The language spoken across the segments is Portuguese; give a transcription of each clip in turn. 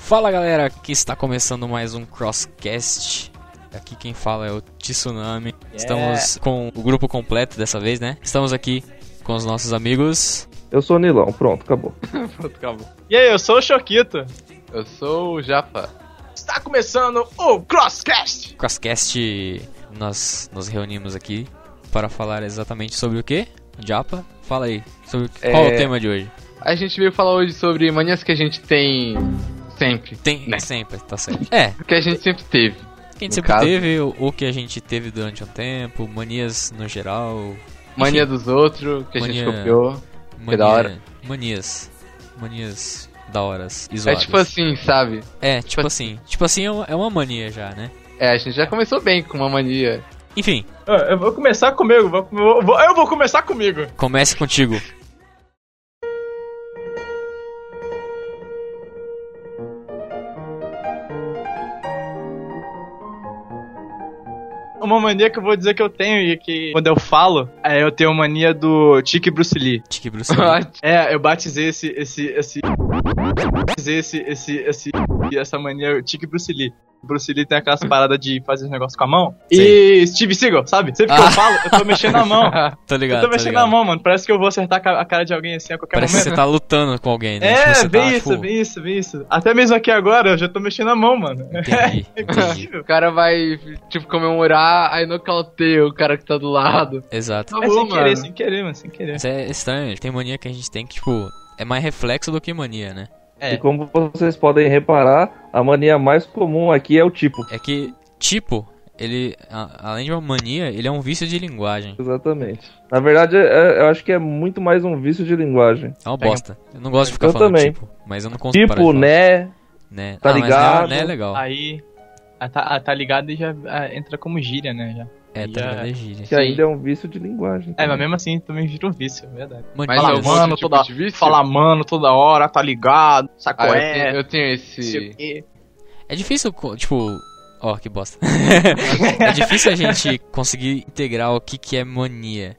Fala galera, aqui está começando mais um Crosscast. Aqui quem fala é o Tsunami. É. Estamos com o grupo completo dessa vez, né? Estamos aqui com os nossos amigos. Eu sou o Nilão, pronto, acabou. E aí, eu sou o Choquito. Eu sou o Japa. Está começando o Crosscast. Crosscast, nós nos reunimos aqui para falar exatamente sobre o que? Japa, fala aí. Sobre qual É. o tema de hoje? A gente veio falar hoje sobre manias que a gente tem sempre. Tem Né. sempre, tá certo. É, Que a gente sempre teve. quem No sempre caso- teve, o, o que a gente teve durante um tempo, manias no geral, Mania dos outros, que a gente mania- copiou. mania, da hora. manias, manias da horas, É isoladas. tipo assim, sabe? É, tipo assim. Tipo assim é uma- é uma mania já, né? É, a gente já começou bem com uma mania. Enfim, Ah, Eu vou começar comigo, vou- vou- vou- eu vou começar comigo. comece contigo. Uma mania que eu vou dizer que eu tenho e que quando eu falo, é, eu tenho a mania do Tique Bruce Lee. Tiki Bruce Lee. Ótimo. É, eu batizei esse, esse, esse, batizei esse, esse, esse, e essa mania o Tique Bruce Lee. Bruce Lee tem aquelas paradas de fazer os negócios com a mão. E Steve Seagal, sabe? Sempre que Ah. eu falo, eu tô mexendo a mão. Tá Eu ligado, tô tá mexendo ligado. a mão, mano. Parece que eu vou acertar a ca- a cara de alguém assim a qualquer Parece que momento. você tá lutando com alguém, né? Tipo, É, você bem tá, isso, tipo, bem isso, bem isso. Até mesmo aqui agora eu já tô mexendo a mão, mano. Entendi, É entendi. impossível. O cara vai, tipo, comemorar, aí nocauteia o cara que tá do lado. Exato. Tá É bom, sem mano. querer, sem querer, mano, sem querer. Mas é estranho, tem mania que a gente tem que, tipo, é mais reflexo do que mania, né? É. E como vocês podem reparar, a mania mais comum aqui é o tipo. É que, tipo, ele, a- além de uma mania, ele é um vício de linguagem. Exatamente. Na verdade, é- é- eu acho que é muito mais um vício de linguagem. É uma bosta. Eu não gosto de ficar Eu falando também. tipo, mas eu não consigo parar de Tipo, falar. né? Né? tá ah, mas né- ligado? né é legal. Aí. A tá, a tá ligado e já ah, entra como gíria, né? Já. É, tá já- ligado, é gíria. Que ainda é um vício de linguagem. É, mas mesmo assim também vira um vício, é verdade. Mas Manias. Fala, algum mano, tipo toda- de vício? Falar mano toda hora, tá ligado, Ah, saco eu, é, tenho, eu tenho não sei o esse... quê. É difícil, co- tipo. Ó, que bosta. é difícil a gente conseguir integrar o que, que é mania.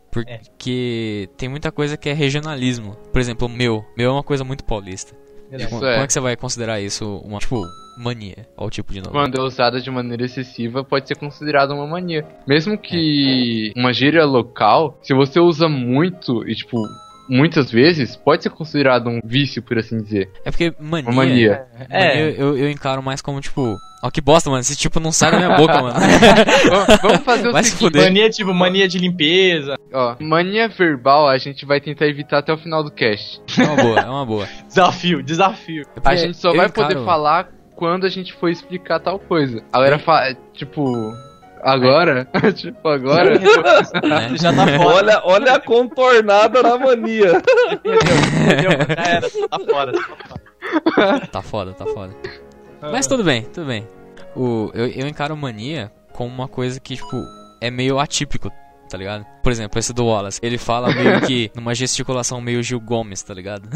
Porque tem muita coisa que é regionalismo. Por exemplo, meu. Meu é uma coisa muito paulista. Verdade. Como, é. como que você vai considerar isso uma, tipo, mania? Olha o tipo de novo. Quando é usada de maneira excessiva, pode ser considerada uma mania. Mesmo que uma gíria local, se você usa muito e, tipo, muitas vezes, pode ser considerado um vício, por assim dizer. É porque mania. Uma mania. mania É. eu, eu encaro mais como, tipo. Ó, que bosta, mano. Esse tipo não sai da minha boca, mano. Vam- Vamos fazer o Vai se seguinte, fuder. Mania, tipo, mania de limpeza. ó. Mania verbal a gente vai tentar evitar até o final do cast. É uma boa, é uma boa. Desafio, desafio. É porque A gente só eu vai encaro- poder falar quando a gente for explicar tal coisa. É. Agora, fa- tipo... Agora? tipo, agora? Né? Já tá fora. Olha, olha a contornada na mania. entendeu? Já era, tá fora. tá fora. Tá foda, tá foda. Mas tudo bem, tudo bem. O, eu, eu encaro mania como uma coisa que, tipo, é meio atípico, tá ligado? Por exemplo, esse do Wallace. Ele fala meio que numa gesticulação meio Gil Gomes, tá ligado?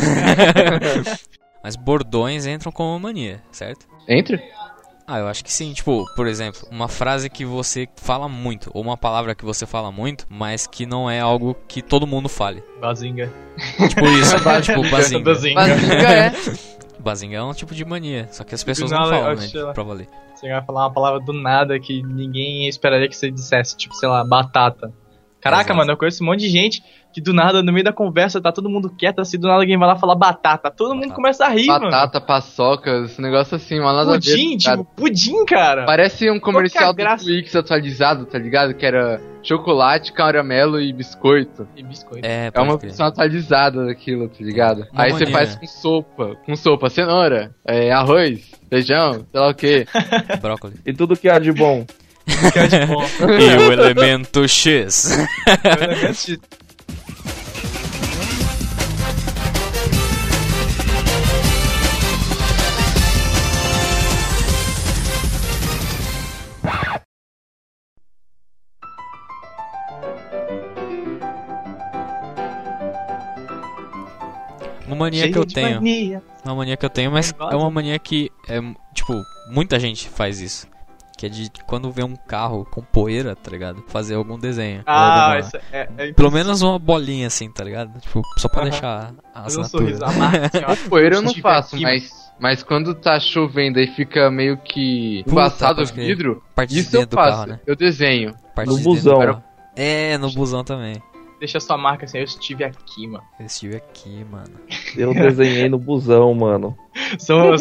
Mas bordões entram como mania, certo? Entra? Ah, eu acho que sim. Tipo, por exemplo, uma frase que você fala muito, ou uma palavra que você fala muito, mas que não é algo que todo mundo fale. Bazinga. Tipo isso, tipo, bazinga. Mas Bazinga. diga é. Bazinga é um tipo de mania, só que as pessoas Não, não eu falam, acho que né? ela- Pra valer. Você vai falar uma palavra do nada que ninguém esperaria que você dissesse, tipo, sei lá, batata. Caraca, Exato. mano, eu conheço um monte de gente que do nada, no meio da conversa, tá todo mundo quieto, assim, do nada alguém vai lá falar batata. Todo mundo Batata. começa a rir, Batata, paçoca, esse negócio assim, mas nada mano. a ver, Pudim, cara. tipo, pudim, É. cara. Parece um comercial do é graça? Twix atualizado, tá ligado? Que era chocolate, caramelo e biscoito. E biscoito. É, É pode uma crer. versão atualizada daquilo, tá ligado? Uma Aí você mania. faz com sopa, com sopa, cenoura, é, arroz, feijão, sei lá o quê. Brócolis. E tudo que há de bom. Que é de bom. E o elemento X. tipo Uma mania que eu Gente, tenho. mania. Uma mania que eu tenho, mas Nervosa. é uma mania que é, tipo, muita gente faz isso. Que é de quando vê um carro com poeira, tá ligado? Fazer algum desenho. ou Ah, alguma- isso é, é Pelo menos uma bolinha assim, tá ligado? Tipo, só pra Aham. deixar a Fazer um assinatura. sorriso. Ah, Marcos, senhora, Poeira eu não se tiver faço, aqui, mas, mas quando tá chovendo e fica meio que Puta, embaçado o pode crer. vidro, Parte de isso eu dentro do carro, faço. né? Eu desenho. Parte No de dentro do busão. carro. É, no busão também. Deixa sua marca assim, eu estive aqui, mano. Eu estive aqui, mano. Eu desenhei no busão, mano. São,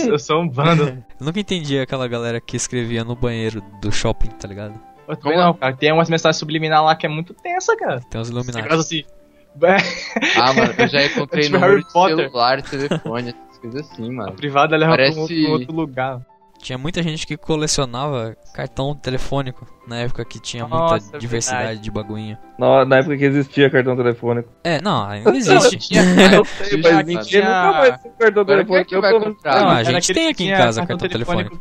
são bandas. Eu nunca entendi aquela galera que escrevia no banheiro do shopping, tá ligado? Eu também não, cara. Tem umas mensagens subliminar lá que é muito tensa, cara. Tem uns Esse iluminados. negócio assim. É, Ah, mano, eu já encontrei Tipo número Harry de Potter. celular, telefone, essas coisas assim, a mano. privada leva pra um Parece- outro, pra um outro lugar. Tinha muita gente que colecionava cartão telefônico na época que tinha Nossa, muita é diversidade verdade. de baguinho. Na, na época que existia cartão telefônico. É, não, ainda existe. tinha- Eu sei, mas tinha- Ele nunca vai ser cartão Agora quem é telefônico. que vai eu tô- comprar? Não, a era gente aquele tem que aqui em tinha casa cartão Que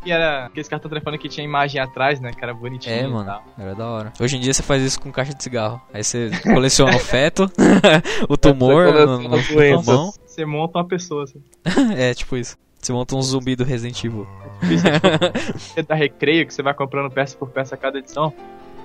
era aquele cartão telefônico que tinha imagem atrás, né? Que era bonitinho. É, e mano, tal. era da hora. Hoje em dia você faz isso com caixa de cigarro. Aí você coleciona o feto, o tumor no, no, coleciona no doenças. pulmão. Então, Você monta uma pessoa, assim. É, tipo isso. Você monta um zumbi do Resident Evil. Você dá recreio que você vai comprando peça por peça a cada edição.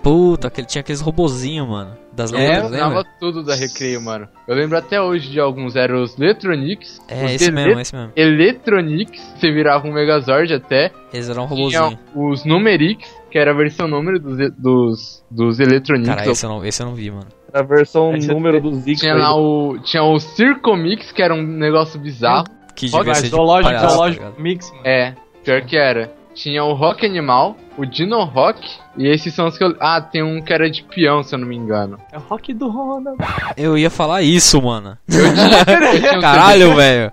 Puta, aquele, tinha aqueles robozinho, mano. Das É, letras, eu lembra? dava tudo da Recreio, mano. Eu lembro até hoje de alguns, eram os Letronics. os É, esse mesmo, esse mesmo. Eletronics, você virava um Megazord até. Eles eram um Tinha robozinho. os Numerix, que era a versão número dos, dos, dos Eletronics. Cara, esse eu, não, esse eu não vi, mano. A versão Aí você número do Zig. É, Tinha lá o, tinha o Circomix, que era um negócio bizarro. Que Olha, devia ser de zoológico, palhaço, tá zoológico ligado? mix, mano. É, pior que era. Tinha o Rock Animal, o Dino Rock, e esses são os que eu... Ah, tem um que era de peão, se eu não me engano. É o rock do Ronald. Eu ia falar isso, mano. Eu tinha um Caralho, velho.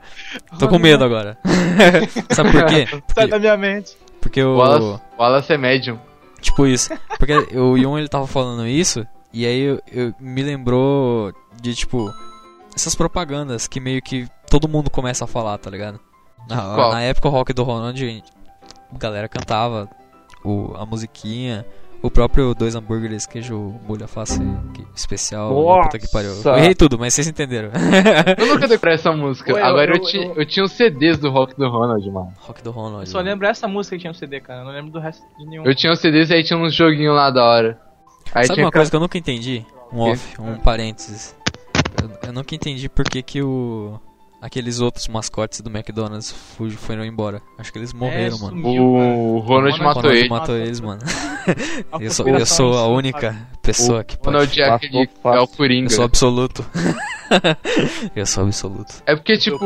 Tô com medo agora. Sabe por quê? Tá, Sai Porque, da minha mente. porque CD. eu. Wallace, Wallace é médium. Tipo isso. Porque o Yon ele tava falando isso, e aí eu, eu- me lembrou de, tipo, essas propagandas que meio que todo mundo começa a falar, tá ligado? Na, Qual? na época o rock do Ronald, a galera cantava o, a musiquinha. O próprio Dois Hambúrgueres, queijo, molho, face que- especial. e Puta que pariu. Eu Nossa! errei tudo, mas vocês entenderam. Eu nunca decorei essa música. Ué, eu- Agora eu, eu- ti- eu- eu tinha os CDs do Rock do Ronald, mano. rock do Ronald. Eu só mano. lembro essa música que tinha no CD, cara. Eu não lembro do resto de nenhum. Eu tinha os CDs e aí tinha uns joguinhos lá da hora. Aí Sabe tinha uma coisa que eu nunca entendi? Um quê? off, um parênteses. Eu, eu nunca entendi por que que o... Aqueles outros mascotes do McDonald's fu- foram embora. Acho que eles morreram, É, mano. sumiu, mano. O Ronald Ronald O matou Ronald ele. matou Matou. eles, mano. A Eu sou, população eu sou a não única sabe. pessoa que O pode... Ronald é Matou aquele. fácil. É o Eu sou Coringa. absoluto. eu sou absoluto. É porque, tipo,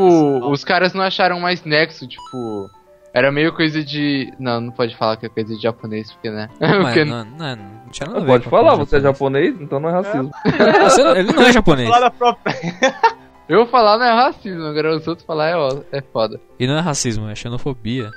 os caras não acharam mais nexo, tipo. Era meio coisa de. Não, não pode falar que é coisa de japonês, porque, né? Mas porque não, não, não tinha nada a ver Pode com a falar, coisa você é japonês, então não é racismo. japonesa. Você não- Ele não é japonês. Lá da própria. Eu falar não é racismo, agora os outros falar é, ó- é foda. E não é racismo, é xenofobia.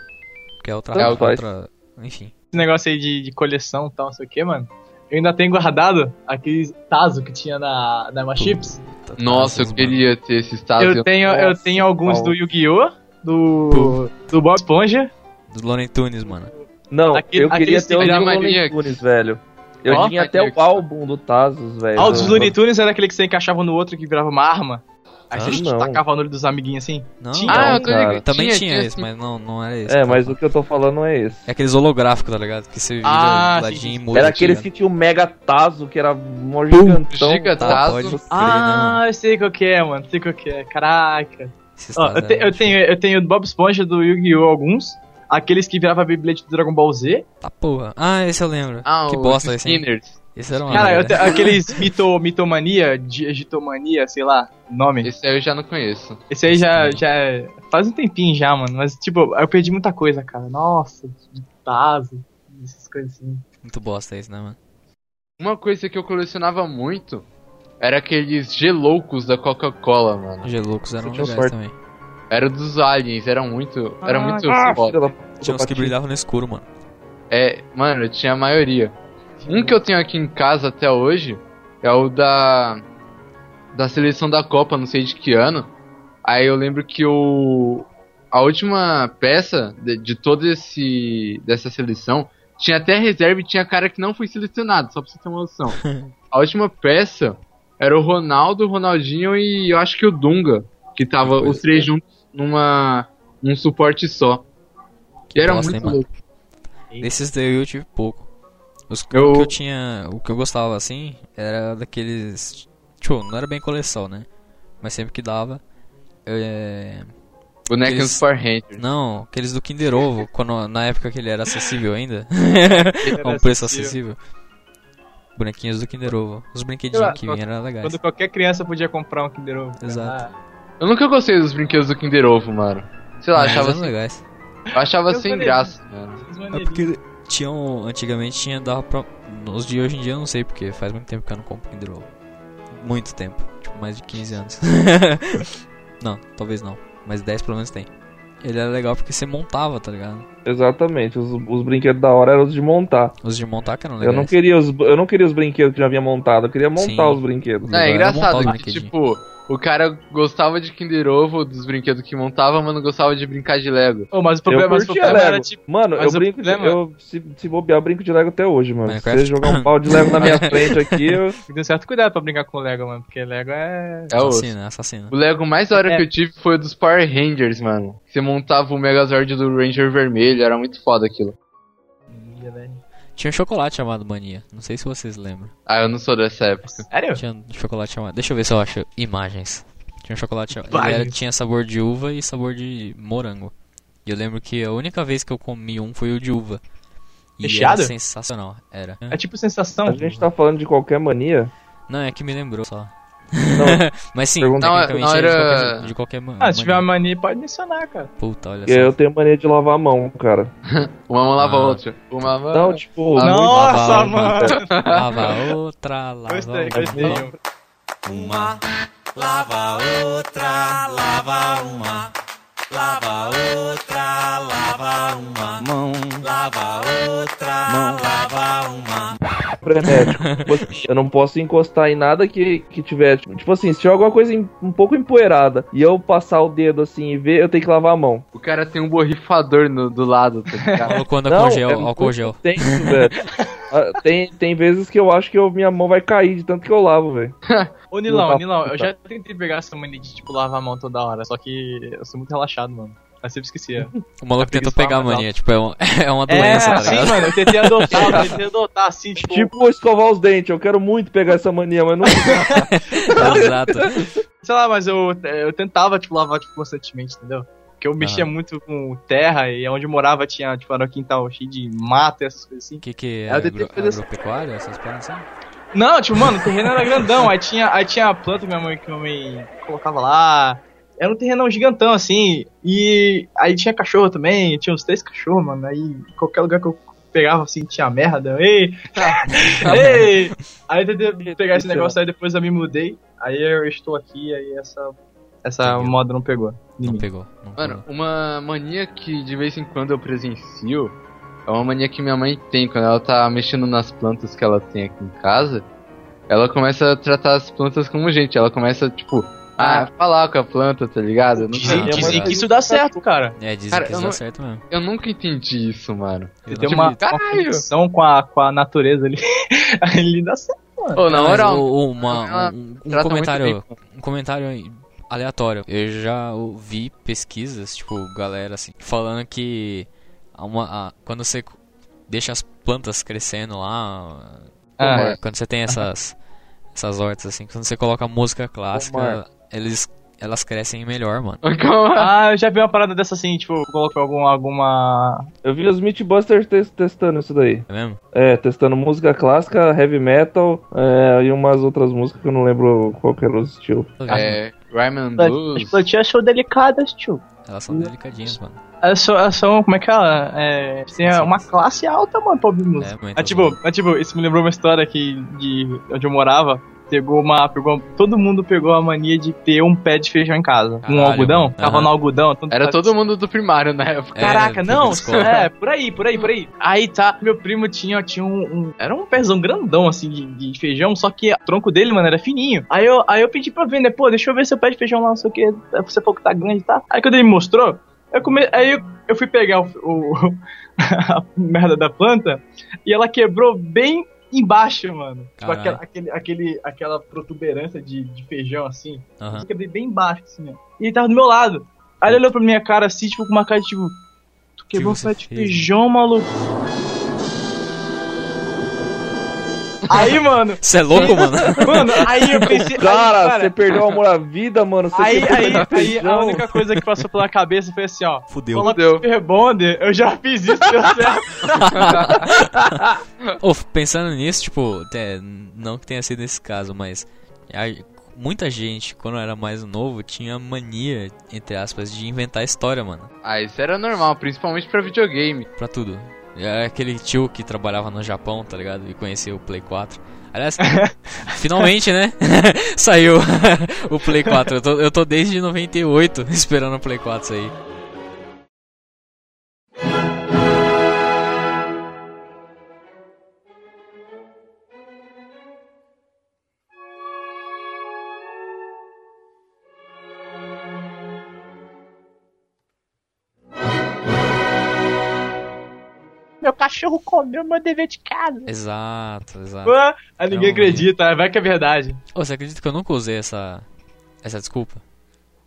Que é outra... É, outra- faz. outra- Enfim. Esse negócio aí de, de coleção e tal, não sei o que, mano. Eu ainda tenho guardado aquele Tazo que tinha na, na Emma Chips. tá- tá Nossa, eu racismo, queria ter esse estágio. Eu tenho, eu Nossa, tenho alguns Paulo. do Yu-Gi-Oh! Do, do Bob Esponja. mano. Dos Looney Tunes, mano. Não, Aquele- eu queria aquele ter o Sega Looney Maniacs. Tunes, velho. Eu Ó, tinha até o Maniacs. álbum do Tazos, velho. Ah, os dos Looney Tunes era aquele que você encaixava no outro que virava uma arma. Aí Ah, você não. tacava no olho dos amiguinhos assim. Não, Tinha não. Ah, eu Não, tô cara. ligado. Também tinha, tinha esse, sim. mas não, não era esse. É, que mas eu o que eu tô falando não é esse. É aqueles holográficos, tá ligado? Que você vira Ah, do ladinho sim, e sim. muda. Era tá aqueles ligado? que tinha o Mega Tazo, que era mó Pum, gigantão. giga- Tá, Tazo. pode crer, né, Ah, eu sei qual que é, mano. Sei qual que é. Caraca. mano? Esses Ó, tazos eu, te- eram eu tenho, eu tenho do Bob Esponja, do Yu-Gi-Oh! alguns. Aqueles que virava a Beyblade do Dragon Ball Z. tipo, Tá porra. Ah, esse eu lembro. Ah, que os bosta esse, hein? Skinners. Esse era um uma Cara, eu merda. te- aqueles mito, mitomania, digitomania, sei lá, nome. Esse aí eu já não conheço. Esse aí já, já é- faz um tempinho já, mano. Mas, tipo, eu perdi muita coisa, cara. Nossa, de Tazo, essas coisas assim. Muito bosta esse, né, mano? Uma coisa que eu colecionava muito era aqueles geloucos da Coca-Cola, mano. Geloucos eram Você tinha legais sorte. também. Era dos aliens, era muito. Era Ah, muito Ah, foda. filha da Tinha uns que patinha. brilhavam no escuro, mano. É, mano, eu tinha a maioria. Um que eu tenho aqui em casa até hoje é o da. Da seleção da Copa, não sei de que ano. Aí eu lembro que o. A última peça de, de todo esse. dessa seleção tinha até reserva e tinha cara que não foi selecionado, só pra você ter uma noção. a última peça era o Ronaldo, o Ronaldinho e eu acho que o Dunga, que tava Que coisa, os três juntos numa. num suporte só. E era bosta, hein, muito mano? louco. Desses daí eu tive pouco. Os eu... O que eu tinha. O que eu gostava assim era daqueles. Tipo, não era bem coleção, né? Mas sempre que dava. Eu, é... Bonequinhos Aqueles- Power Rangers. Não, aqueles do Kinder Ovo, quando, na época que ele era acessível ainda. a um Era preço acessível. acessível. Bonequinhos do Kinder Ovo. Os brinquedinhos que quando- vinham eram É. legais. Quando qualquer criança podia comprar um Kinder Ovo. né? Exato. Ah, Eu nunca gostei dos brinquedos do Kinder Ovo, mano. Sei lá, Mas achava, eram legais. eu achava Eu sem falei- né? graça, mano. os É maneirinhos. porque tinha um, antigamente tinha dava pra. Nos de hoje em dia eu não sei porque, faz muito tempo que eu não compro Kinder Ovo. Muito tempo, tipo mais de 15 anos. não, talvez não, mas 10 pelo menos tem. Ele era legal porque você montava, tá ligado? Exatamente, os, os brinquedos da hora eram os de montar. Os de montar que eram Eu legais. não, queria os, eu não queria os brinquedos que já vinha montado, eu queria montar Sim. os brinquedos. Não, é Era montar os engraçado que, brinquedinhos. tipo, o cara gostava de Kinder Ovo, dos brinquedos que montava, mas não gostava de brincar de Lego. Ô, mas o problema, mas eu o curtia problema Lego. era tipo. Mano, mas eu o brinco de, problema- eu, se, se bobear, eu brinco de Lego até hoje, mano. Minecraft. Se você jogar um pau de Lego na minha frente aqui, eu... Tem que ter certo cuidado pra brincar com o Lego, mano. Porque Lego é. É osso. assassina, assassina. O Lego mais da hora É. que eu tive foi o dos Power Rangers, mano. Você montava o Megazord do Ranger Vermelho, era muito foda aquilo. Tinha um chocolate chamado Mania, não sei se vocês lembram. Ah, eu não sou dessa época. Sério? Tinha um chocolate chamado. Deixa eu ver se eu acho imagens. Tinha um chocolate chamado. Ele Imagens. era- tinha sabor de uva e sabor de morango. E eu lembro que a única vez que eu comi um foi o de uva. E Recheado? era sensacional, era. É tipo sensação. a gente tá falando de qualquer mania. Não, é que me lembrou só. Não, Mas sim, Pergunta- Não, tecnicamente não era de era- qualquer, de qualquer ma- Ah, se tiver uma maneira. mania, pode mencionar, cara. Puta, olha só. eu tenho mania de lavar a mão, cara. Uma mão lava a Ah. outra. Uma mão. Não, tipo, Ah, muito- né? Nossa, muito mano! Lava outra, lava Gostei, outra. gostei. Uma, lava outra, lava uma, lava outra, lava uma mão, lava outra, lava uma. frenético. Tipo assim, eu não posso encostar em nada que, que tiver. Tipo, tipo assim, se tiver alguma coisa em- um pouco empoeirada e eu passar o dedo assim e ver, eu tenho que lavar a mão. O cara tem um borrifador no- do lado, tá ligado? colocando Não, álcool gel, é muito álcool gel. tenso, velho. Ah, tem, tem vezes que eu acho que eu- minha mão vai cair de tanto que eu lavo, velho. Ô, Nilão, Nilão, eu já tentei pegar essa mania de, tipo, lavar a mão toda hora, só que eu sou muito relaxado, mano. Aí sempre esquecia. O maluco tentou preguiça pegar a fala mais mania, tipo, é, um, é uma É, doença, tá assim, ligado? mano, eu tentei adotar, eu tentei adotar, assim, tipo... Tipo, escovar os dentes. Eu quero muito pegar essa mania, mas não. Exato. Sei lá, mas eu, eu tentava, tipo, lavar, tipo, constantemente, entendeu? Porque eu mexia muito com terra e onde eu morava tinha, tipo, era um quintal cheio de mato e essas coisas assim. O que que é? Eu tentei Agro, fazer essa- agropecuária? Essas paradas assim? Não, tipo, mano, o terreno era grandão, aí tinha, aí tinha a planta que minha mãe, que minha mãe colocava lá. Era um terrenão gigantão, assim, e aí tinha cachorro também, tinha uns três cachorros, mano, aí em qualquer lugar que eu pegava, assim, tinha merda, ei, ei, aí eu tentei pegar esse negócio, aí depois eu me mudei, aí eu estou aqui, aí essa, essa Entendeu. moda não pegou. em Não mim. pegou. Não Mano, uma mania que de vez em quando eu presencio é uma mania que minha mãe tem quando ela tá mexendo nas plantas que ela tem aqui em casa. Ela começa a tratar as plantas como gente, ela começa, tipo, a falar com a planta, tá ligado? Eu Dizem, Ah, nunca, mas dizem aí que isso dá certo, cara. É, dizem Cara, que eu isso não- dá certo mesmo. eu nunca entendi isso, mano. Eu Você não tem uma, acredito. uma Caralho. conexão com a, com a natureza ali. ali dá certo. Ou na Mas hora o- o- uma- ela um, um trata muito comentário, um comentário aleatório. Eu já ouvi pesquisas, tipo, galera assim, falando que a uma- a- quando você deixa as plantas crescendo lá, Ah, é. quando você tem essas essas hortas assim, quando você coloca música clássica, Omar. eles elas crescem melhor, mano. é. assim? Ah, eu já vi uma parada dessa assim, tipo, coloquei algum, alguma. Eu vi os Meatbusters tes- testando isso daí. É mesmo? É, testando música clássica, heavy metal é, e umas outras músicas que eu não lembro qual que era o estilo. é, Ryman Blues. plantinhas são delicadas, tio. Elas são delicadinhas, mano. Elas são, elas são- como é que ela? É, tem Sim, uma sim. classe alta, mano, pra ouvir música. É, muito É, Ah, tipo, bom. é, tipo, isso me lembrou uma história que de onde eu morava. Pegou uma. Pegou, todo mundo pegou a mania de ter um pé de feijão em casa. Caralho, um algodão. mano. Tava Aham. no algodão. tanto Era faz- todo mundo do primário na época. É, Caraca, tudo não, escola. é, por aí, por aí, por aí. Aí tá, meu primo tinha, tinha um, um- Era um pezão grandão, assim, de, de feijão, só que o tronco dele, mano, era fininho. Aí eu, aí eu pedi pra ver, né? Pô, deixa eu ver seu pé de feijão lá, não sei o que. Você falou que tá grande, tá? Aí quando ele me mostrou, eu come... aí eu, eu fui pegar o, o- a merda da planta e ela quebrou bem embaixo, mano. Tipo, Caralho. aquela, aquele, aquele, aquela protuberância de, de feijão, assim. Aham. Eu quebrei bem embaixo, assim, ó. E ele tava do meu lado. Aí ele olhou pra minha cara assim, tipo, com uma cara de tipo. Tu quebrou o você pé de fez, né?" feijão, maluco. Aí, mano. Você é louco, mano? Mano, aí eu pensei. aí, Cara, você perdeu o amor à vida, mano. Você Aí, perdeu aí, o aí, a feijão. única coisa que passou pela cabeça foi assim, ó. Fudeu. Toma Fudeu. Super Bonder, eu já fiz isso, deu certo. Ô, pensando nisso, tipo, até, não que tenha sido esse caso, mas a- muita gente, quando era mais novo, tinha mania, entre aspas, de inventar história, mano. Ah, isso era normal, principalmente pra videogame. Pra tudo. Era aquele tio que trabalhava no Japão, tá ligado? E conhecia o Play 4. Aliás, finalmente, né? Saiu o Play 4. Eu tô, eu tô desde 98 esperando o Play 4 sair. Meu cachorro comeu meu dever de casa. Exato, exato. Pô, Aí ninguém Não, acredita, vai que é verdade. Ô, você acredita que eu nunca usei essa, essa desculpa?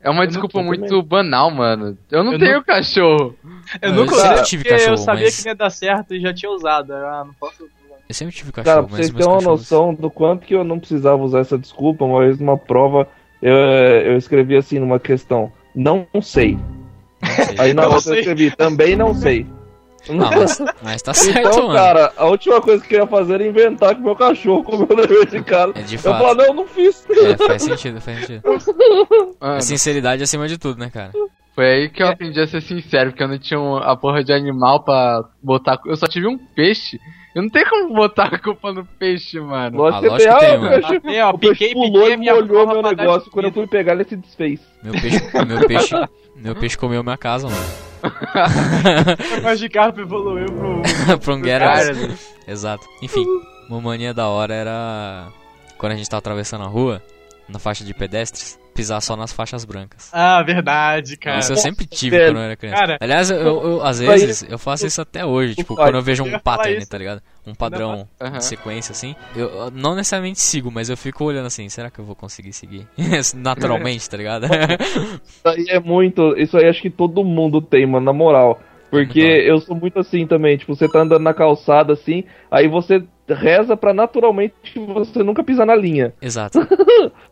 É uma desculpa eu muito também. banal, mano. Eu não Eu tenho cachorro. Eu Ah, nunca eu sempre usei tive porque eu cachorro, sabia mas- que ia dar certo e já tinha usado. Ah, não posso. Eu sempre tive cachorro, Cara, pra mas vocês meus terem uma cachorros... noção do quanto que eu não precisava usar essa desculpa, uma vez numa prova eu, eu escrevi assim numa questão, não sei. Aí na Não outra sei. eu escrevi, também não sei. Ah, mas, mas tá certo, então, mano. cara, a última coisa que eu ia fazer era inventar que meu cachorro comeu o dever de casa. É, de eu fato. falar, não, não fiz. É, faz sentido, faz sentido. Mano, É sinceridade acima de tudo, né, cara? foi aí que eu aprendi a ser sincero, porque eu não tinha um- a porra de animal pra botar. Eu só tive um peixe. Eu não tenho como botar a culpa no peixe, mano. Lógico Ah, lógico que tem, o mano. cachorro- Até, ó, o peixe piquei, pulou piquei e a minha molhou prova meu pra dar negócio. Quando eu comida. fui pegar, ele se desfez. Meu peixe, meu peixe, meu peixe comeu minha casa, mano. Mas de carro evoluiu pro. Pra um Cara, Geralt. Exato. Enfim, uma mania da hora era quando a gente tava atravessando a rua, na faixa de pedestres, pisar só nas faixas brancas. Ah, verdade, cara. isso eu sempre tive velho. quando eu era criança. Cara, Aliás, eu, eu- às isso aí- vezes eu faço isso até hoje, tipo, pai, quando eu vejo eu um ia falar pattern, isso. tá ligado? Um padrão Aham. de sequência, assim. Eu eu não necessariamente sigo, mas eu fico olhando assim, será que eu vou conseguir seguir? Naturalmente, tá ligado? Isso aí é muito. Isso aí acho que todo mundo tem, mano, na moral. Porque Muito eu sou muito assim também. Tipo, você tá andando na calçada assim, aí você reza pra naturalmente você nunca pisar na linha. Exato.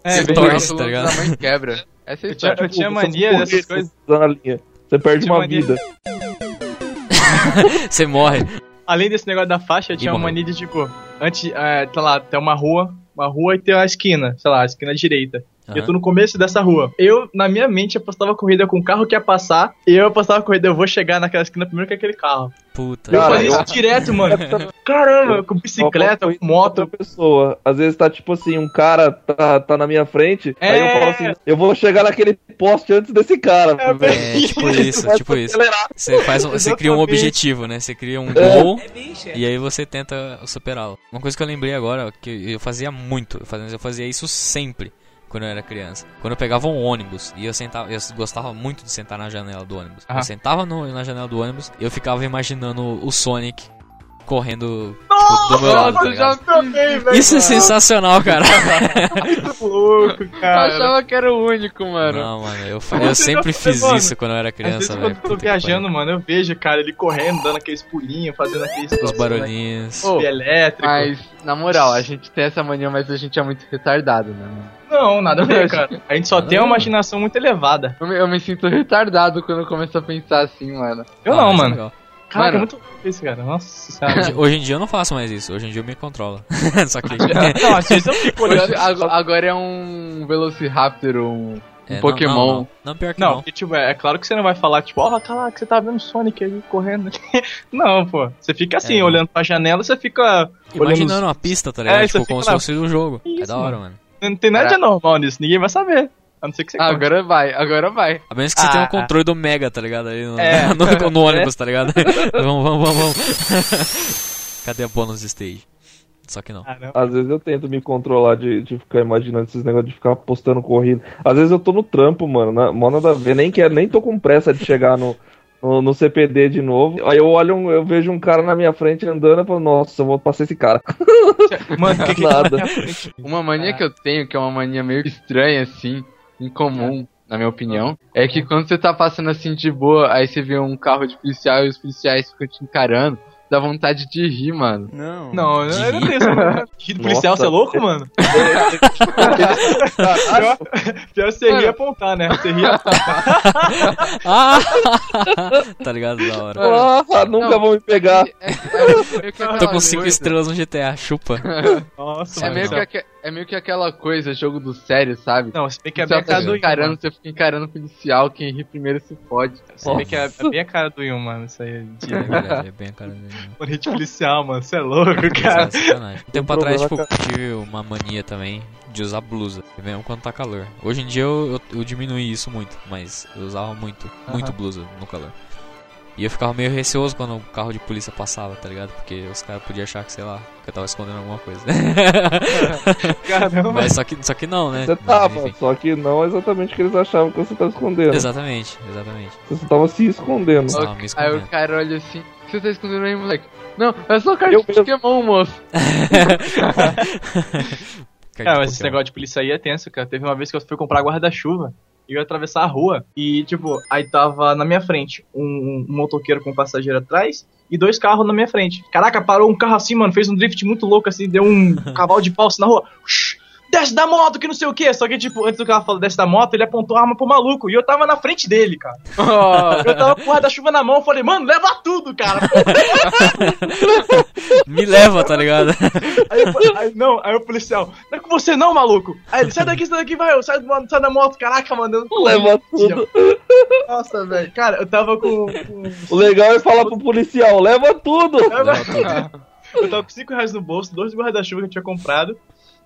é, Você Você torce, pega o tá ligado? lance da mãe quebra. Essa é a Eu tinha, história. eu tinha Tipo, mania você dessas morrer coisas. se pisar na linha. Você perde tinha uma mania- vida. Você morre. Além desse negócio da faixa, eu tinha uma morreu. mania de tipo, antes, é, sei lá, tem uma rua, uma rua e tem uma esquina, sei lá, a esquina direita. E eu Aham. tô no começo dessa rua. Eu, na minha mente, apostava a corrida com o carro que ia passar, e eu apostava a corrida, eu vou chegar naquela esquina primeiro que aquele carro. Puta. Eu Cara, fazia eu- isso direto, mano. Caramba, com Uma bicicleta, coisa com moto. é Outra pessoa. Às vezes tá tipo assim, um cara tá, tá na minha frente, aí eu É. falo assim, eu vou chegar naquele poste antes desse cara. É, velho. É, tipo isso, Vai tipo isso. acelerar. Você faz um, você cria um Exatamente. É. objetivo, né? Você cria um gol e aí você tenta superá-lo. Uma coisa que eu lembrei agora, que eu fazia muito, eu fazia, eu fazia isso sempre quando eu era criança. Quando eu pegava um ônibus e eu sentava, eu gostava muito de sentar na janela do ônibus. Aham. Eu sentava no- na janela do ônibus, eu ficava imaginando o Sonic correndo tipo, do meu lado, tá Nossa, já ligado? Também, velho. Isso é sensacional, cara. Muito louco, eu cara. achava que era o único, mano. Não, mano, eu, Mas eu você sempre já- fiz mano, isso quando eu era Às vezes criança, velho. quando eu tô Puta que pariu. viajando, mano, eu vejo, cara, ele correndo, dando aqueles pulinhos, fazendo aqueles... né, Os barulhinhos. Ô, Elétrico. Mas, na moral, a gente tem essa mania, mas a gente é muito retardado, né? mano? Não, nada a ver, cara. A gente só Nada tem a uma ver. imaginação muito elevada. Eu me, eu me sinto retardado quando eu começo a pensar assim, mano. Eu Ah, não, mas é mano. legal. Caraca, é Mano. muito louco isso, cara. Nossa Hoje, senhora. hoje em dia eu não faço mais isso, hoje em dia eu me controlo. Só que. não, às vezes eu fico olhando. Hoje, ag- agora é um Velociraptor, um, um É, não, Pokémon. Não, não. Não, pior que Não, não. porque, tipo, é, é claro que você não vai falar, tipo, ó, tá lá, que você tá vendo o Sonic ali correndo. não, pô. Você fica assim, É, não. olhando pra janela, você fica. Imaginando olhando uma pista, tá ligado? É, tipo, você como se fica lá. fosse um jogo. Que é isso, da hora, mano. Não tem nada de anormal nisso, ninguém vai saber. A não ser que você Ah, corra. agora vai, agora vai. A menos que você Ah. tenha um controle do Mega, tá ligado? Aí no, É. no- no ônibus, tá ligado? vamos, vamos, vamos, vamos. Cadê a bônus stage? Só que não. Caramba. Às vezes eu tento me controlar de, de ficar imaginando esses negócios de ficar postando corrida. Às vezes eu tô no trampo, mano. Na, mó nada a ver. Nem, quero, nem tô com pressa de chegar no, no, no CPD de novo. Aí eu olho, um- eu vejo um cara na minha frente andando e falo, nossa, eu vou passar esse cara. Mano, o que que tá Nada. na minha frente? Uma mania que eu tenho, que é uma mania meio estranha, assim, incomum, na minha opinião, é que quando você tá passando assim de boa, aí você vê um carro de policial e os policiais ficam te encarando. dá vontade de rir, mano. Não. Não, eu não tenho essa. Rir do policial, Nossa. você é louco, mano? Ah, pior, pior você rir e apontar, né? Você rir Ah! tá ligado? Da hora. Ah, nunca Não. vão me pegar. É meio que Tô aquela com 5 coisa- estrelas no GTA, chupa. Nossa, É mano. meio, que, aque- é meio que aquela coisa, jogo do sério, sabe? Não, se bem que é Você bem a tá cara do Ian. encarando, mano. você fica encarando o policial, quem ri primeiro se fode. Se bem que é é bem a cara do Ian, mano. Isso aí é de É verdade, é bem a cara dele. Mano, hit policial, mano. Você é louco, Cara. cara. Um tempo atrás, tipo, problema, tive uma mania também de usar blusa, mesmo quando tá calor. Hoje em dia eu, eu, eu diminuí isso muito, mas eu usava muito, muito blusa no calor. E eu ficava meio receoso quando o carro de polícia passava, tá ligado? Porque os caras podiam achar que, sei lá, que eu tava escondendo alguma coisa. Caramba. mas só que, só que não, né? Você Mas, tava, enfim. só que não exatamente o que eles achavam que você tava escondendo. Exatamente, exatamente. Você tava se escondendo. Só me Aí escondendo. o cara olha assim, o que você tá escondendo aí, moleque? Não, é só carta Eu de Pokémon, moço. Cara, de Cara, mas Pokémon. esse negócio de polícia aí é tenso, cara. Teve uma vez que eu fui comprar guarda-chuva e eu ia atravessar a rua. E, tipo, aí tava na minha frente um, um motoqueiro com um passageiro atrás e dois carros na minha frente. Caraca, parou um carro assim, mano, fez um drift muito louco assim, deu um cavalo de pau assim na rua. Shhh, Desce da moto, que não sei o que. Só que, tipo, antes do carro falar desce da moto, ele apontou a arma pro maluco. E eu tava na frente dele, cara. Oh, Eu tava com o guarda-chuva na mão, eu falei, mano, leva tudo, cara. Me leva, tá ligado? Aí, eu- aí- não, aí o policial, não é com você não, maluco. Aí ele, sai daqui, sai daqui, vai, sai, do- sai da moto, caraca, mano. eu não- Leva tudo. Nossa, velho. Cara, eu tava com. com- O legal é falar pro policial, leva tudo. eu tava com 5 reais no bolso, dois guarda-chuva que eu tinha comprado.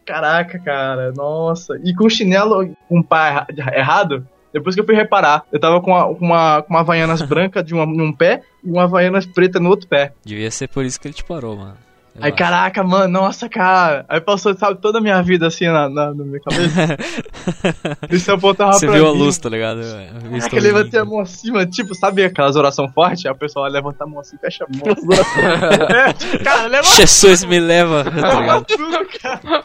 Caraca, cara, nossa. E com o chinelo com um pá erra- errado, depois que eu fui reparar, eu tava com uma, com uma, com uma Havaianas branca de, uma, de um pé e uma Havaianas preta no outro pé. Devia ser por isso que ele te parou, mano. Eu Aí, acho. caraca, mano, nossa, cara. Aí passou, sabe, toda a minha vida assim na, na, na minha cabeça. é Isso apontava Você pra viu a mim. luz, tá ligado? Eu Caraca, estou eu É levantei a vindo. mão acima, tipo, sabe aquelas orações fortes? Aí o pessoal levanta a mão assim, fecha a mão. é, tipo, cara, levanta Jesus me leva, tá ligado? tudo, cara.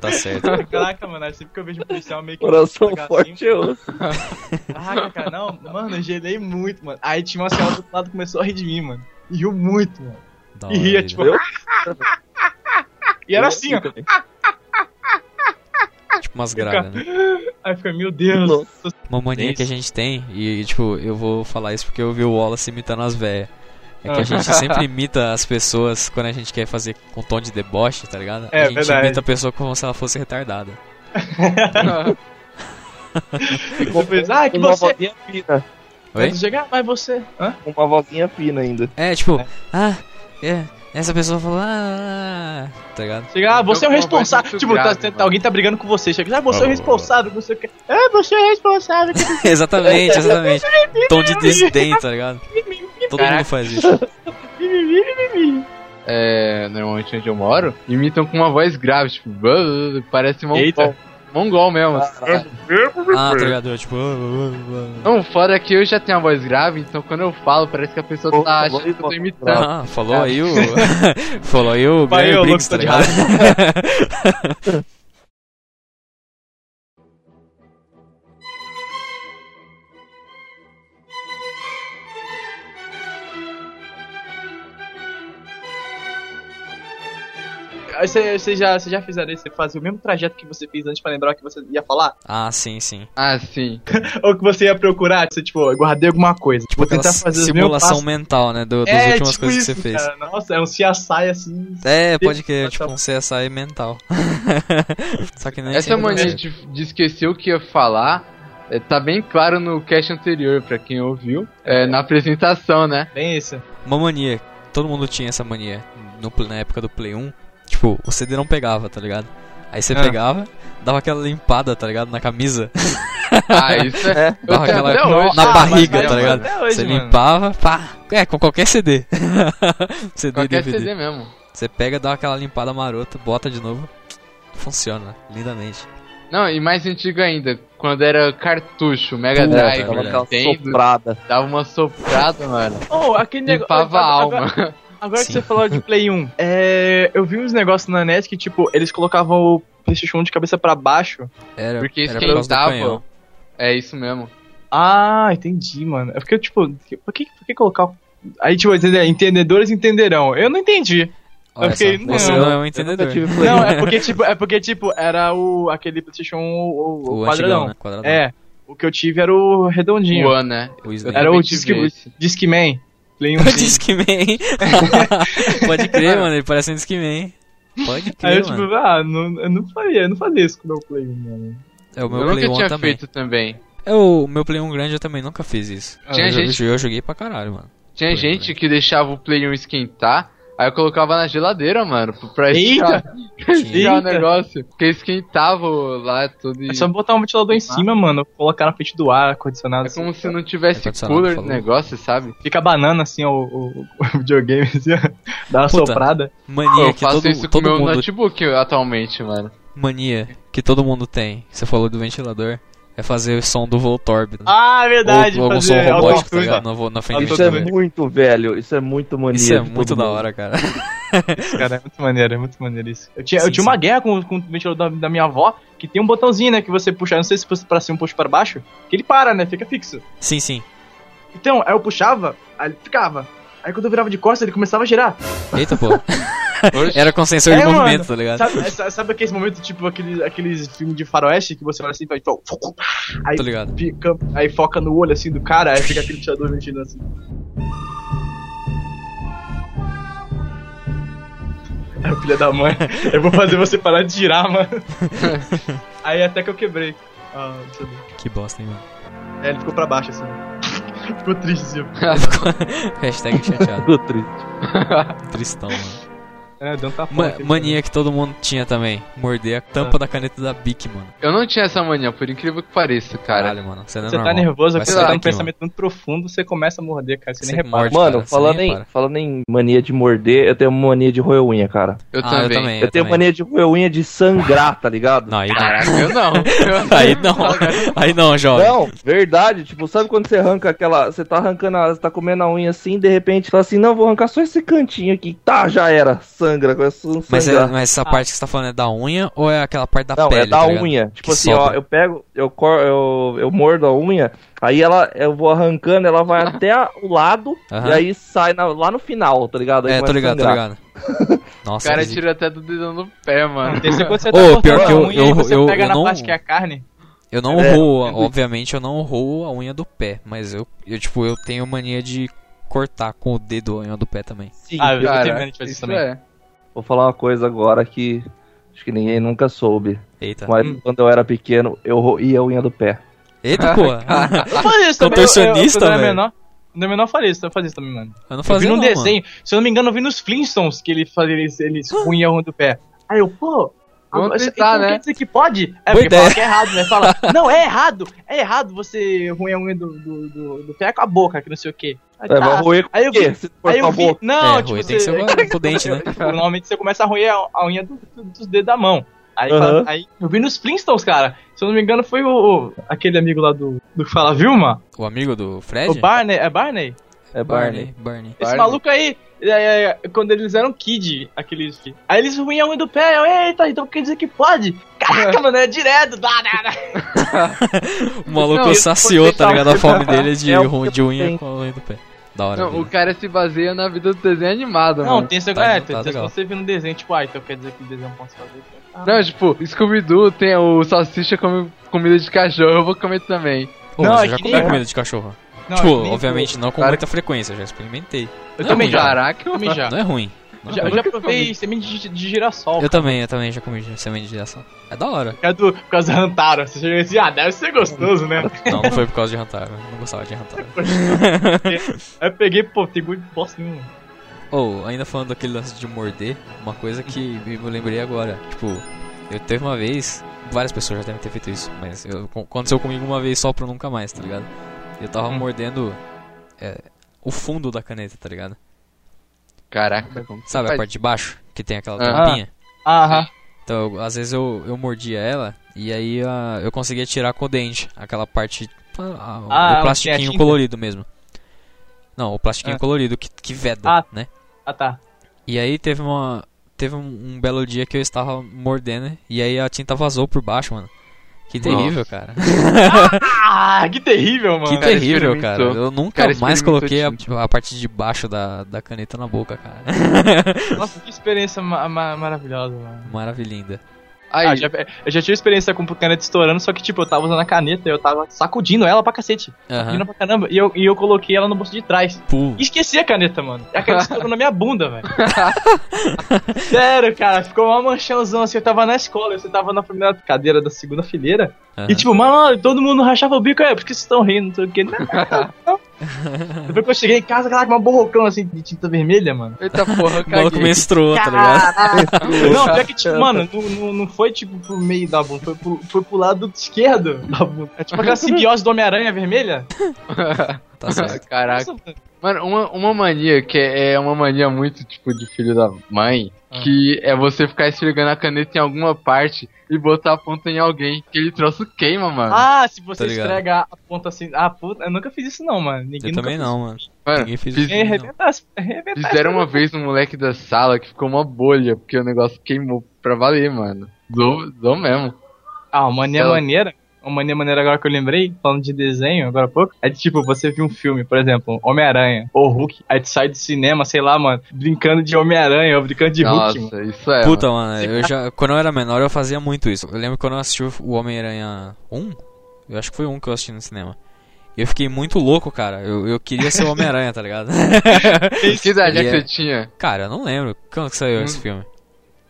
Tá certo. Caraca, mano, aí sempre que eu vejo um policial meio que. Coração Cagar forte assim, eu. Caraca, cara, não, mano, eu gelei muito, mano. Aí tinha uma senhora do outro lado que começou a rir de mim, mano. E riu muito, mano. Da E hora, ria, velho. tipo. Eu? e era assim, ó. Tipo umas gradas, né? Aí fica, meu Deus. Uma mania Isso. que a gente tem, e tipo, eu vou falar isso porque eu vi o Wallace imitando as velhas. É que a Ah. gente sempre imita as pessoas quando a gente quer fazer com tom de deboche, tá ligado? a É, gente verdade. imita a pessoa como se ela fosse retardada. Eu pensei, ah, que Uma você. vozinha fina. Oi? Antes de chegar, mas você. Hã? Uma vozinha fina ainda. É, tipo, ah, é. Essa pessoa fala, ah, tá ligado? Chegar, ah, você é o Então, uma voz responsável. muito Tipo, tá- grave, tá- mano. alguém tá brigando com você. Chega, ah, você é o responsável. Você quer. É, você é o responsável. exatamente, exatamente. Tom de desdém, tá ligado? Todo mundo Caraca. faz isso. é, normalmente onde eu moro, imitam com uma voz grave, tipo, "Bruh", parece mongol. Eita. Mongol mesmo. Ah, tá ligado? Tipo, ah, Não, fora que eu já tenho a voz grave, então quando eu falo, parece que a pessoa tá achando que eu tô imitando. ah, ah, falou aí o. falou aí o Vai, Gary ô, Briggs, louco, tá tá de ligado? Aí Você você já, você já fizeram isso? Você fazia o mesmo trajeto que você fez antes pra lembrar o que você ia falar? Ah, sim, sim. Ah, sim. Ou que você ia procurar? Você, tipo, eu guardei alguma coisa. Tipo, Aquela tentar fazer os mesmos simulação passos. mental, né? do- das É, últimas tipo coisas isso, que você fez. cara. Nossa, é um CSI assim. É, pode crer, Tá, tipo tá. um CSI mental. Só que nem é Essa sempre dá mania certo. de, de esquecer o que ia falar é, tá bem claro no cast anterior, pra quem ouviu, é, na apresentação, né? Bem isso. Uma mania. Todo mundo tinha essa mania no, pl- na época do Play 1. Tipo, o CD não pegava, tá ligado? Aí você Ah. pegava, dava aquela limpada, tá ligado? Na camisa. Ah, isso é. eu Dava tenho aquela até hoje. na Ah, barriga, mas- tá ligado? é, Até hoje, você mano. limpava, pá. É, com qualquer CD. CD Qualquer DVD. CD mesmo. Você pega, dá aquela limpada marota, bota de novo. Funciona, lindamente. Não, e mais antigo ainda, quando era cartucho, Mega Puta, é Drive, tava aquela Nintendo, soprada. dava uma soprada, mano. Oh, aquele negócio. Limpava a alma. Agora Sim. que você falou de Play 1, é, eu vi uns negócios na NES que, tipo, eles colocavam o PlayStation 1 de cabeça pra baixo. Era, Porque era por causa do canhão. esquentava. É isso mesmo. É Ah, entendi, mano. Eu fiquei, tipo, por que, por que colocar o Aí, tipo, entende- entendedores entenderão. Eu não entendi. Olha fiquei, só, não, você eu- não é um Eu entendedor. nunca tive Play. Não, é porque, tipo, é porque, tipo, era o aquele Playstation um, o, o, o O quadradão. antigão, né? Quadradão. É. O que eu tive era o redondinho. O One, né? O Eu Slim. Era o também tive Disque, esse. Disque Man. Play 1 Disque. Discman. Pode crer, mano, ele parece um Discman. Pode Aí eu, crer, mano. tipo, ah, não, eu não faria, eu não fazia isso com o meu Play 1, mano. É o eu meu nunca Play 1 tinha também. feito também. É o meu Play 1 grande, eu também nunca fiz isso. Tinha eu, Ah, gente- jo- eu joguei pra caralho, mano. Tinha Foi, gente foi. que deixava o Play 1 esquentar, aí eu colocava na geladeira, mano, pra esquentar, esquentar o Eita! negócio. Porque esquentava o- lá tudo e... É só botar um ventilador em cima, mano, colocar na frente do ar, condicionado. É assim. como se não tivesse Ar-condicionado, cooler no falou. negócio, sabe? Fica banana assim o, o, o videogame, assim, ó. Dá uma Puta. soprada. Mania eu que todo, faço isso com o todo meu mundo notebook atualmente, mano. mania que todo mundo tem. Você falou do ventilador, é fazer o som do Voltorb. né? Ah, é verdade, ou, ou algum som fazer robótico, tá autotune. ligado? Na, vo- na frente do Isso é ventilador. muito velho, isso é muito mania. Isso é de todo muito da mundo. hora, cara. Isso, cara, é muito maneiro, é muito maneiro isso. Eu tinha, eu Sim, tinha sim. uma guerra com, com o ventilador da, da minha avó, que tem um botãozinho, né, que você puxa, não sei se fosse pra cima ou puxa pra baixo, que ele para, né, fica fixo. Sim, sim. Então, aí eu puxava, aí ele ficava. Aí quando eu virava de costas, ele começava a girar. Eita, pô. Oxe, Era com sensor de É, mano. movimento, tá ligado? Sabe, é, sa- sabe aqueles momentos, tipo, aqueles, aqueles filmes de faroeste, que você olha assim e faz... tipo, Aí, Tô ligado. fica- aí foca no olho, assim, do cara, aí fica aquele ventilador mentindo assim. É o filho da mãe, eu vou fazer você parar de girar, mano. aí até que eu quebrei. Ah, deixa eu ver. Que bosta, hein, mano. É, ele ficou pra baixo, assim. Ficou triste, assim. Hashtag chateado. Tô triste. Tristão, mano. É, deu um tapão. Ma- aqui. mania que todo mundo tinha também. Morder a tampa da caneta da Bic, mano. Eu não tinha essa mania, por incrível que pareça, cara. Caralho, mano. Você não é Você tá normal. nervoso, Vai você sair tá num daqui, pensamento muito profundo, você começa a morder, cara, você, Você nem repara. morde. Mano, Cara, você falando, nem em, repara. falando em mania de morder, eu tenho mania de roer unha, cara. Eu, Ah, também. eu também. Eu, tenho mania de roer unha de sangrar, tá ligado? Não, aí não. Caraca, eu não. Eu- Aí não. Aí não, jovem. Não, verdade. Tipo, sabe quando você arranca aquela. Você tá arrancando, a, você tá comendo a unha assim, de repente você fala assim: não, vou arrancar só esse cantinho aqui. Tá, já era. Sangra, começa a Mas, é- sangrar. mas essa parte que você tá falando é da unha ou é aquela parte da Não, pele? é da tá ligado? unha. Tipo Que assim, ó, sobra. eu pego, eu, cor, eu, eu mordo a unha, aí ela, eu vou arrancando, ela vai até a- o lado, Aham. e aí sai na- lá no final, tá ligado? Aí É, tô começa a ligado, tô sangrar. ligado. O Nossa, cara é que zica. tira até do dedão do pé, mano. Esse é quando você Ô, cortando pior que eu- a unha e eu- você eu- pega eu na não- parte que é a carne. Eu não É. roo, a- obviamente eu não roo a unha do pé, mas eu, eu, tipo, eu tenho mania de cortar com o dedo a unha do pé também. Sim, Ah, eu- tô Cara, terminando de fazer isso isso também. é. Vou falar uma coisa agora que acho que ninguém nunca soube. Eita. Mas Hum. quando eu era pequeno, eu roía a unha do pê. Eita, pô. Eu fazia isso também. Contorcionista, eu, eu, quando eu velho. era menor, quando eu era menor, eu fazia isso, eu fazia isso também, mano. Eu não Eu vi fazia num não, mano. desenho, se eu não me engano, eu vi nos Flintstones que ele fazia, eles, eles punham a unha do pé. Aí eu, pô... Vamos agora- tentar, então né? quer dizer que pode? É Boa porque fala ideia. que é errado, né? Fala, não, é errado, é errado você ruim a unha do, do, do, do pé com a boca, que não sei o quê. Aí, É, vai tá. roer com Aí eu o quê? vi, Se for aí com a eu vi, boca. É, não, Rui, tipo, tem que você- ser com- com o dente, né? Tipo, normalmente você começa a roer a, a unha do- do- dos dedos da mão. Aí, Aham. fala- aí eu vi nos Flintstones, cara. Se eu não me engano, foi o, o- aquele amigo lá do, do que fala Vilma? O amigo do O Fred? Barney, é Barney? É Barney. Barney. Esse Barney. maluco aí, é, é, quando eles eram kid, aqueles. Aí eles ruíam a unha do pé, eu, eita, então quer dizer que pode? Caraca, mano, é direto, dá, dá, dá. O maluco Não, saciou, tá ligado? A fome tentar. dele de, É o ru- que de eu unha tenho. com a unha do pé. Da hora. Não, velho. o cara se baseia na vida do desenho animado, Não, mano. tem essa tá- é, tá tem- tem- legal. você vê no desenho, tipo, ah, então quer dizer que o desenho eu posso fazer. Ah, Não, tipo, Scooby-Doo tem o salsicha come comida de cachorro, eu vou comer também. Pô, Não, mas é eu já que comi nem- comida de cachorro. não, tipo, é que nem- obviamente não com Cara- muita frequência, já experimentei. Eu Não, também já. já. Caraca, Eu também já. Não é ruim. Não é Já- Eu ruim. já provei semente de, de girassol. Eu também, eu também já comi semente de girassol. É da hora. Por causa, do, por causa do Hantaro. Você chega e diz, ah, deve ser gostoso, né? Não, não foi por causa de jantar, eu não gostava de jantar. Aí eu peguei, pô, tem gosto de bosta nenhuma. Ou, ainda falando daquele lance de morder, uma coisa que eu lembrei agora. Tipo, eu teve uma vez, várias pessoas já devem ter feito isso, mas eu, co- aconteceu comigo uma vez só pra nunca mais, tá ligado? Eu tava Hum. mordendo é, o fundo da caneta, tá ligado? Caraca, como que Sabe a faz? parte de baixo, que tem aquela Aham. tampinha? Aham. Então, eu- às vezes eu, eu mordia ela e aí ah, eu conseguia tirar com o dente aquela parte. ah, o Ah, onde tem a plastiquinho tinta? colorido mesmo. Não, o plastiquinho Ah. colorido que, que veda, Ah. né? Ah, tá. E aí teve uma. Teve um, um belo dia que eu estava mordendo e aí a tinta vazou por baixo, mano. Que terrível, cara. Ah, que terrível, mano. Que cara terrível, cara. experimentou. Eu nunca Cara mais experimentou coloquei a, tinta. tipo, a parte de baixo da, da caneta na boca, cara. Nossa, que experiência ma- ma- maravilhosa, mano. Maravilhinda. Aí, Ah, já- eu já tive experiência com caneta estourando, só que, tipo, eu tava usando a caneta e eu tava sacudindo ela pra cacete. Aham. Sacudindo pra caramba. E eu, e eu coloquei ela no bolso de trás. Pô, E esqueci a caneta, mano. E a caneta estourou na minha bunda, velho. Sério, cara. Ficou uma manchãozão assim. Eu tava na escola, eu tava na primeira cadeira da segunda fileira. aham. E tipo, mano, todo mundo rachava o bico, é, por que vocês estão rindo? Não sei o quê. Não, não, não. Depois que eu cheguei em casa, caraca, uma borrocão assim de tinta vermelha, mano. Eita porra, o cara. maluco menstruou, tá ligado? Não, pior que, tipo, mano, não, não, não foi tipo pro meio da bunda, foi pro, foi pro lado esquerdo da bunda. É tipo aquela simbiose do Homem-Aranha vermelha. Tá certo. Caraca. Mano, uma, uma mania que é, é uma mania muito tipo de filho da mãe, Ah. que é você ficar esfregando a caneta em alguma parte e botar a ponta em alguém, que ele troço queima, mano. Ah, se Tá você ligado. esfrega a ponta assim. Ah, puta, eu nunca fiz isso não, mano. Ninguém Eu nunca também fez não, mano. mano, ninguém fez fiz- isso. É, arrebentar, as- arrebentar as Fizeram uma vez um moleque da sala que ficou uma bolha, porque o negócio queimou pra valer, mano. Dou, dou mesmo. Ah, uma mania Ela- maneira. Uma mania maneira agora que eu lembrei, falando de desenho agora há pouco, é de tipo, você viu um filme, por exemplo, Homem-Aranha ou Hulk, aí tu sai do cinema, sei lá, mano, brincando de Homem-Aranha ou brincando de Hulk, mano. Nossa, isso é. Puta, mano, eu já, quando eu era menor eu fazia muito isso. Eu lembro quando eu assisti o Homem-Aranha 1, eu acho que foi um que eu assisti no cinema. Eu fiquei muito louco, cara. Eu, eu queria ser o Homem-Aranha, tá ligado? mano. Que idade é que Yeah. você tinha? cara, eu não lembro. Quando que saiu esse Hum. filme?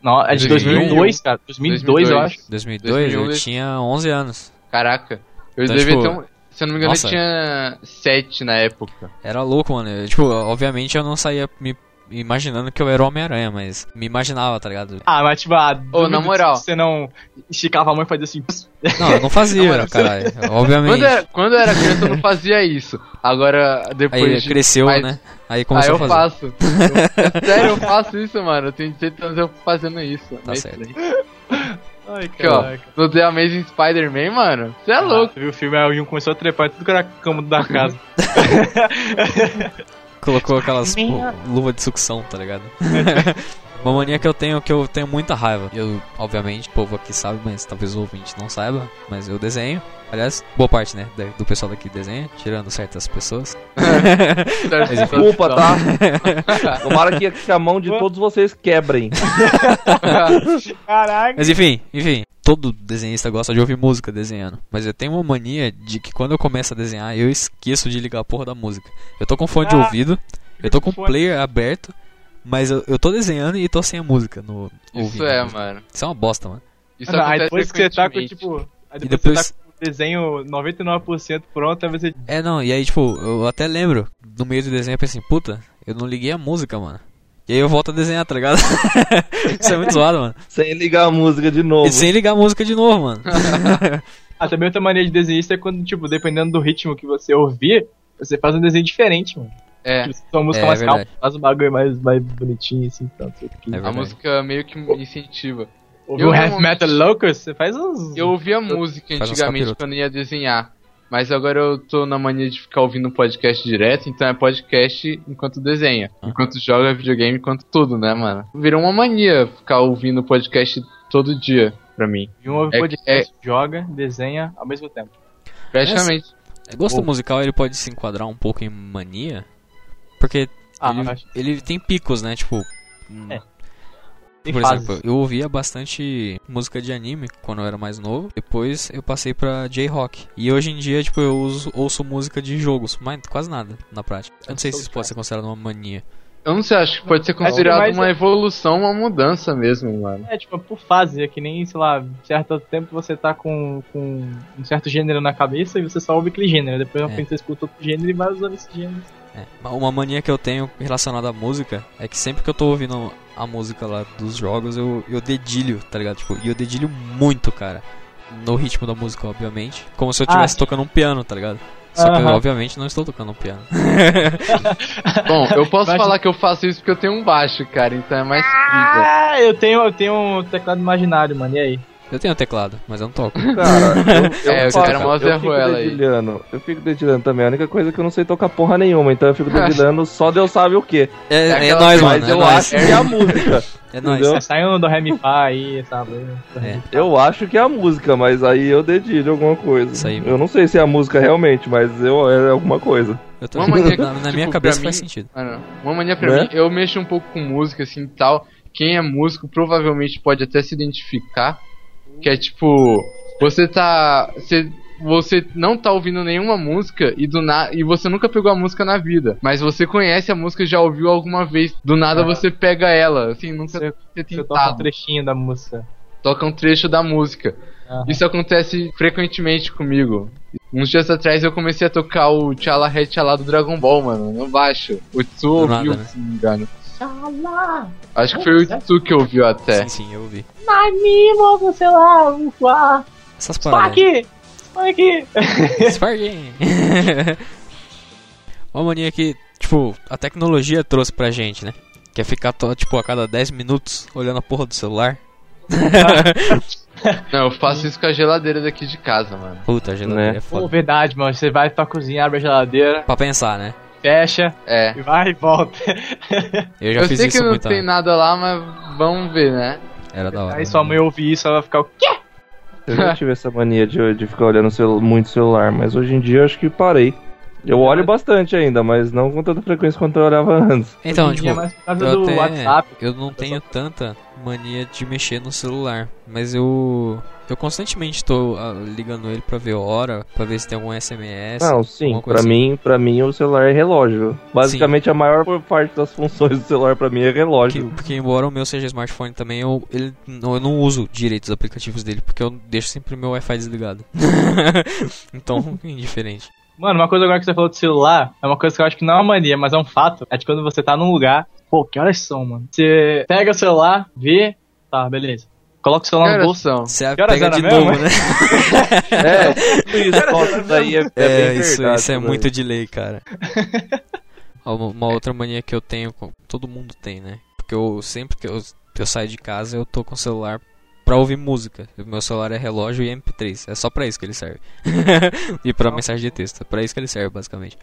Não, é de 2001, 2002, cara, 2002, eu 2002. acho. 2002? 2001, Eu tinha 11 anos. Caraca. Eu Então, devia tipo, ter um. Se eu não me engano, nossa. eu tinha 7 na época. Era louco, mano. Eu, tipo, obviamente eu não saía me imaginando que eu era o Homem-Aranha, mas me imaginava, tá ligado? Ah, mas tipo, ah, Ô, na duvido moral. que Você não esticava a mão e fazia assim. pss. Não, eu não Não, fazia, mas- é, caralho. Quando Obviamente. eu, era, quando eu era criança, eu não fazia isso. Agora, depois. Aí de- cresceu, mas- né? Aí Ah, começou eu a fazer. faço. Eu- é sério, eu faço isso, mano. Eu tenho 18 anos eu fazendo isso. Tá É isso certo. aí. Ai, Aqui, ó. caraca. Ah, No The Amazing Spider-Man, mano. Você é louco. Viu o filme, aí o um começou a trepar em tudo que era cama da casa. Colocou aquelas pô, Minha- luva de sucção, tá ligado? Uma mania que eu tenho é que eu tenho muita raiva. Eu, obviamente, o povo aqui sabe, mas talvez o ouvinte não saiba, mas eu desenho. Aliás, boa parte, né, da- do pessoal daqui desenha, tirando certas pessoas. Ah, Desculpa, tá? Tomara que, que a mão de todos vocês quebrem. Caraca. Mas enfim, enfim, todo desenhista gosta de ouvir música desenhando. Mas eu tenho uma mania de que quando eu começo a desenhar, eu esqueço de ligar a porra da música. Eu tô com fone de Ah, ouvido, eu tô com o fone. player aberto, mas eu, eu tô desenhando e tô sem a música no Isso ouvindo. é, mano. Isso é uma bosta, mano. Isso Não, aí acontece depois que você tá com, frequentemente. tipo. Aí E depois, depois você tá com o desenho 99% pronto, aí você. É, não, e aí, tipo, eu até lembro, no meio do desenho eu pensei, puta, eu não liguei a música, mano. E aí eu volto a desenhar, tá ligado? Isso é muito zoado, mano. Sem ligar a música de E novo. sem ligar a música de novo, mano. Ah, também outra mania de desenhista é quando, tipo, dependendo do ritmo que você ouvir, você faz um desenho diferente, mano. É. Tipo, Sua música É, mais é calma, verdade. faz um bagulho mais, mais bonitinho, assim, tanto. sei o quê. É A verdade. música meio que me incentiva. Ouviu Eu o Half não- Metal Locus? Você faz uns... Eu ouvia música um Faz uns antigamente capiroto. quando ia desenhar. Mas agora eu tô na mania de ficar ouvindo podcast direto, então é podcast enquanto desenha. Ah. Enquanto joga videogame, enquanto tudo, né, mano? Virou uma mania ficar ouvindo podcast todo dia, pra mim. E um ouve É que- podcast, joga, desenha ao mesmo tempo. Praticamente. É Gosto Bom. musical, ele pode se enquadrar um pouco em mania, porque Ah, ele, acho- ele tem picos, né, tipo... É, tem Por fases. né? exemplo, eu ouvia bastante música de anime quando eu era mais novo. Depois eu passei pra J-Rock. E hoje em dia, tipo, eu uso- ouço música de jogos, mas quase nada na prática. Eu não sei se isso pode ser considerado uma mania. Eu não sei, acho que pode ser que é considerado mais- uma evolução, uma mudança mesmo, mano. É, tipo, por fase, é que nem, sei lá, certo tempo você tá com, com um certo gênero na cabeça e você só ouve aquele gênero. Depois, É. é. você escuta outro gênero e vai usando esse gênero. É, ma- Uma mania que eu tenho relacionada à música é que sempre que eu tô ouvindo a música lá dos jogos, eu, eu dedilho, tá ligado? Tipo, e eu dedilho muito, cara. No ritmo da música, obviamente. Como se eu Ah, estivesse sim. tocando um piano, tá ligado? Só que eu, Aham. obviamente, não estou tocando um piano. Bom, eu posso Imagina- falar que eu faço isso porque eu tenho um baixo, cara, então é mais incrível. Ah, eu tenho, eu tenho um teclado imaginário, mano, e aí? Eu tenho um teclado, mas eu não toco. Cara, eu, eu É, eu faço, quero uma eu fico ferroela aí. dedilhando. Eu fico dedilhando também. A única coisa é que eu não sei tocar porra nenhuma, então eu fico dedilhando só Deus sabe o que. É, é, aquela nóis, que mano. Mas É eu nóis. acho que é a música. É nóis. entendeu? Saiu Tá do Remy Fá aí, sabe? É. Eu acho que é a música, mas aí eu dedilho alguma coisa. Isso aí. Eu não sei se é a música realmente, mas eu, é alguma coisa. Eu tô... Uma mania que, na, na minha tipo, cabeça pra faz mim- sentido. Ah, não. Uma mania pra Né? mim, eu mexo um pouco com música, assim, e tal. Quem é músico provavelmente pode até se identificar. Que é tipo, você tá. Você, você não tá ouvindo nenhuma música e do na, e você nunca pegou a música na vida. Mas você conhece a música e já ouviu alguma vez. Do nada Ah. você pega ela, assim, nunca Você- ter Você toca um tentado. trechinho da música. Toca um trecho da música. Aham. Isso acontece frequentemente comigo. Uns dias atrás eu comecei a tocar o Tchala Ré Tchala do Dragon Ball, mano, no baixo. O Tsu nada, ouviu, né? se não me engano. Acho que foi o Tsu que ouviu Sim, até. sim, eu ouvi. Animo, sei lá, um quá. Essas paradas. Spark! Spark! Sparking! Uma mania que, tipo, a tecnologia trouxe pra gente, né? Que é ficar, to- tipo, a cada 10 minutos olhando a porra do celular. Não, eu faço isso com a geladeira daqui de casa, mano. Puta, a geladeira Né? é Pô, foda. verdade, mano. Você vai pra cozinha, abre a geladeira, Pra pensar, né? fecha É. e vai e volta. Eu já Eu fiz sei isso que não muito. tem né? nada lá, mas vamos ver, né? Era da hora. Aí sua mãe ouvir isso, ela vai ficar. "Quê?" Eu já tive essa mania de, de ficar olhando celu- muito celular, mas hoje em dia eu acho que parei. Eu olho bastante ainda, mas não com tanta frequência quanto eu olhava antes. Então, Hoje tipo, em dia é mais por causa eu, do até- WhatsApp. eu não tenho tanta mania de mexer no celular, mas eu eu constantemente tô ah, ligando ele pra ver hora, pra ver se tem algum SMS. Ah, Não, sim, alguma coisa pra assim. mim, pra mim o celular é relógio. Basicamente a maior parte das funções do celular pra mim é Porque, relógio. porque embora o meu seja smartphone também, eu, ele, não, eu não uso direito os aplicativos dele, porque eu deixo sempre o meu Wi-Fi desligado. então, indiferente. Mano, uma coisa agora que você falou de celular, é uma coisa que eu acho que não é uma mania, mas é um fato. É de quando você tá num lugar, pô, que horas são, mano? Você pega o celular, vê, tá, beleza. Coloca o celular Cara, no bolso. são. Você Que horas pega era de mesmo? novo, né? É, tudo isso, nossa, isso aí é, é É, bem isso, verdade, isso é velho. muito delay, cara. Ó, uma, uma outra mania que eu tenho, com- todo mundo tem, né? Porque eu sempre que eu, que eu saio de casa, eu tô com o celular pra ouvir música. O meu celular é relógio e MP3. É só pra isso que ele serve. e pra mensagem de texto. É pra isso que ele serve, basicamente.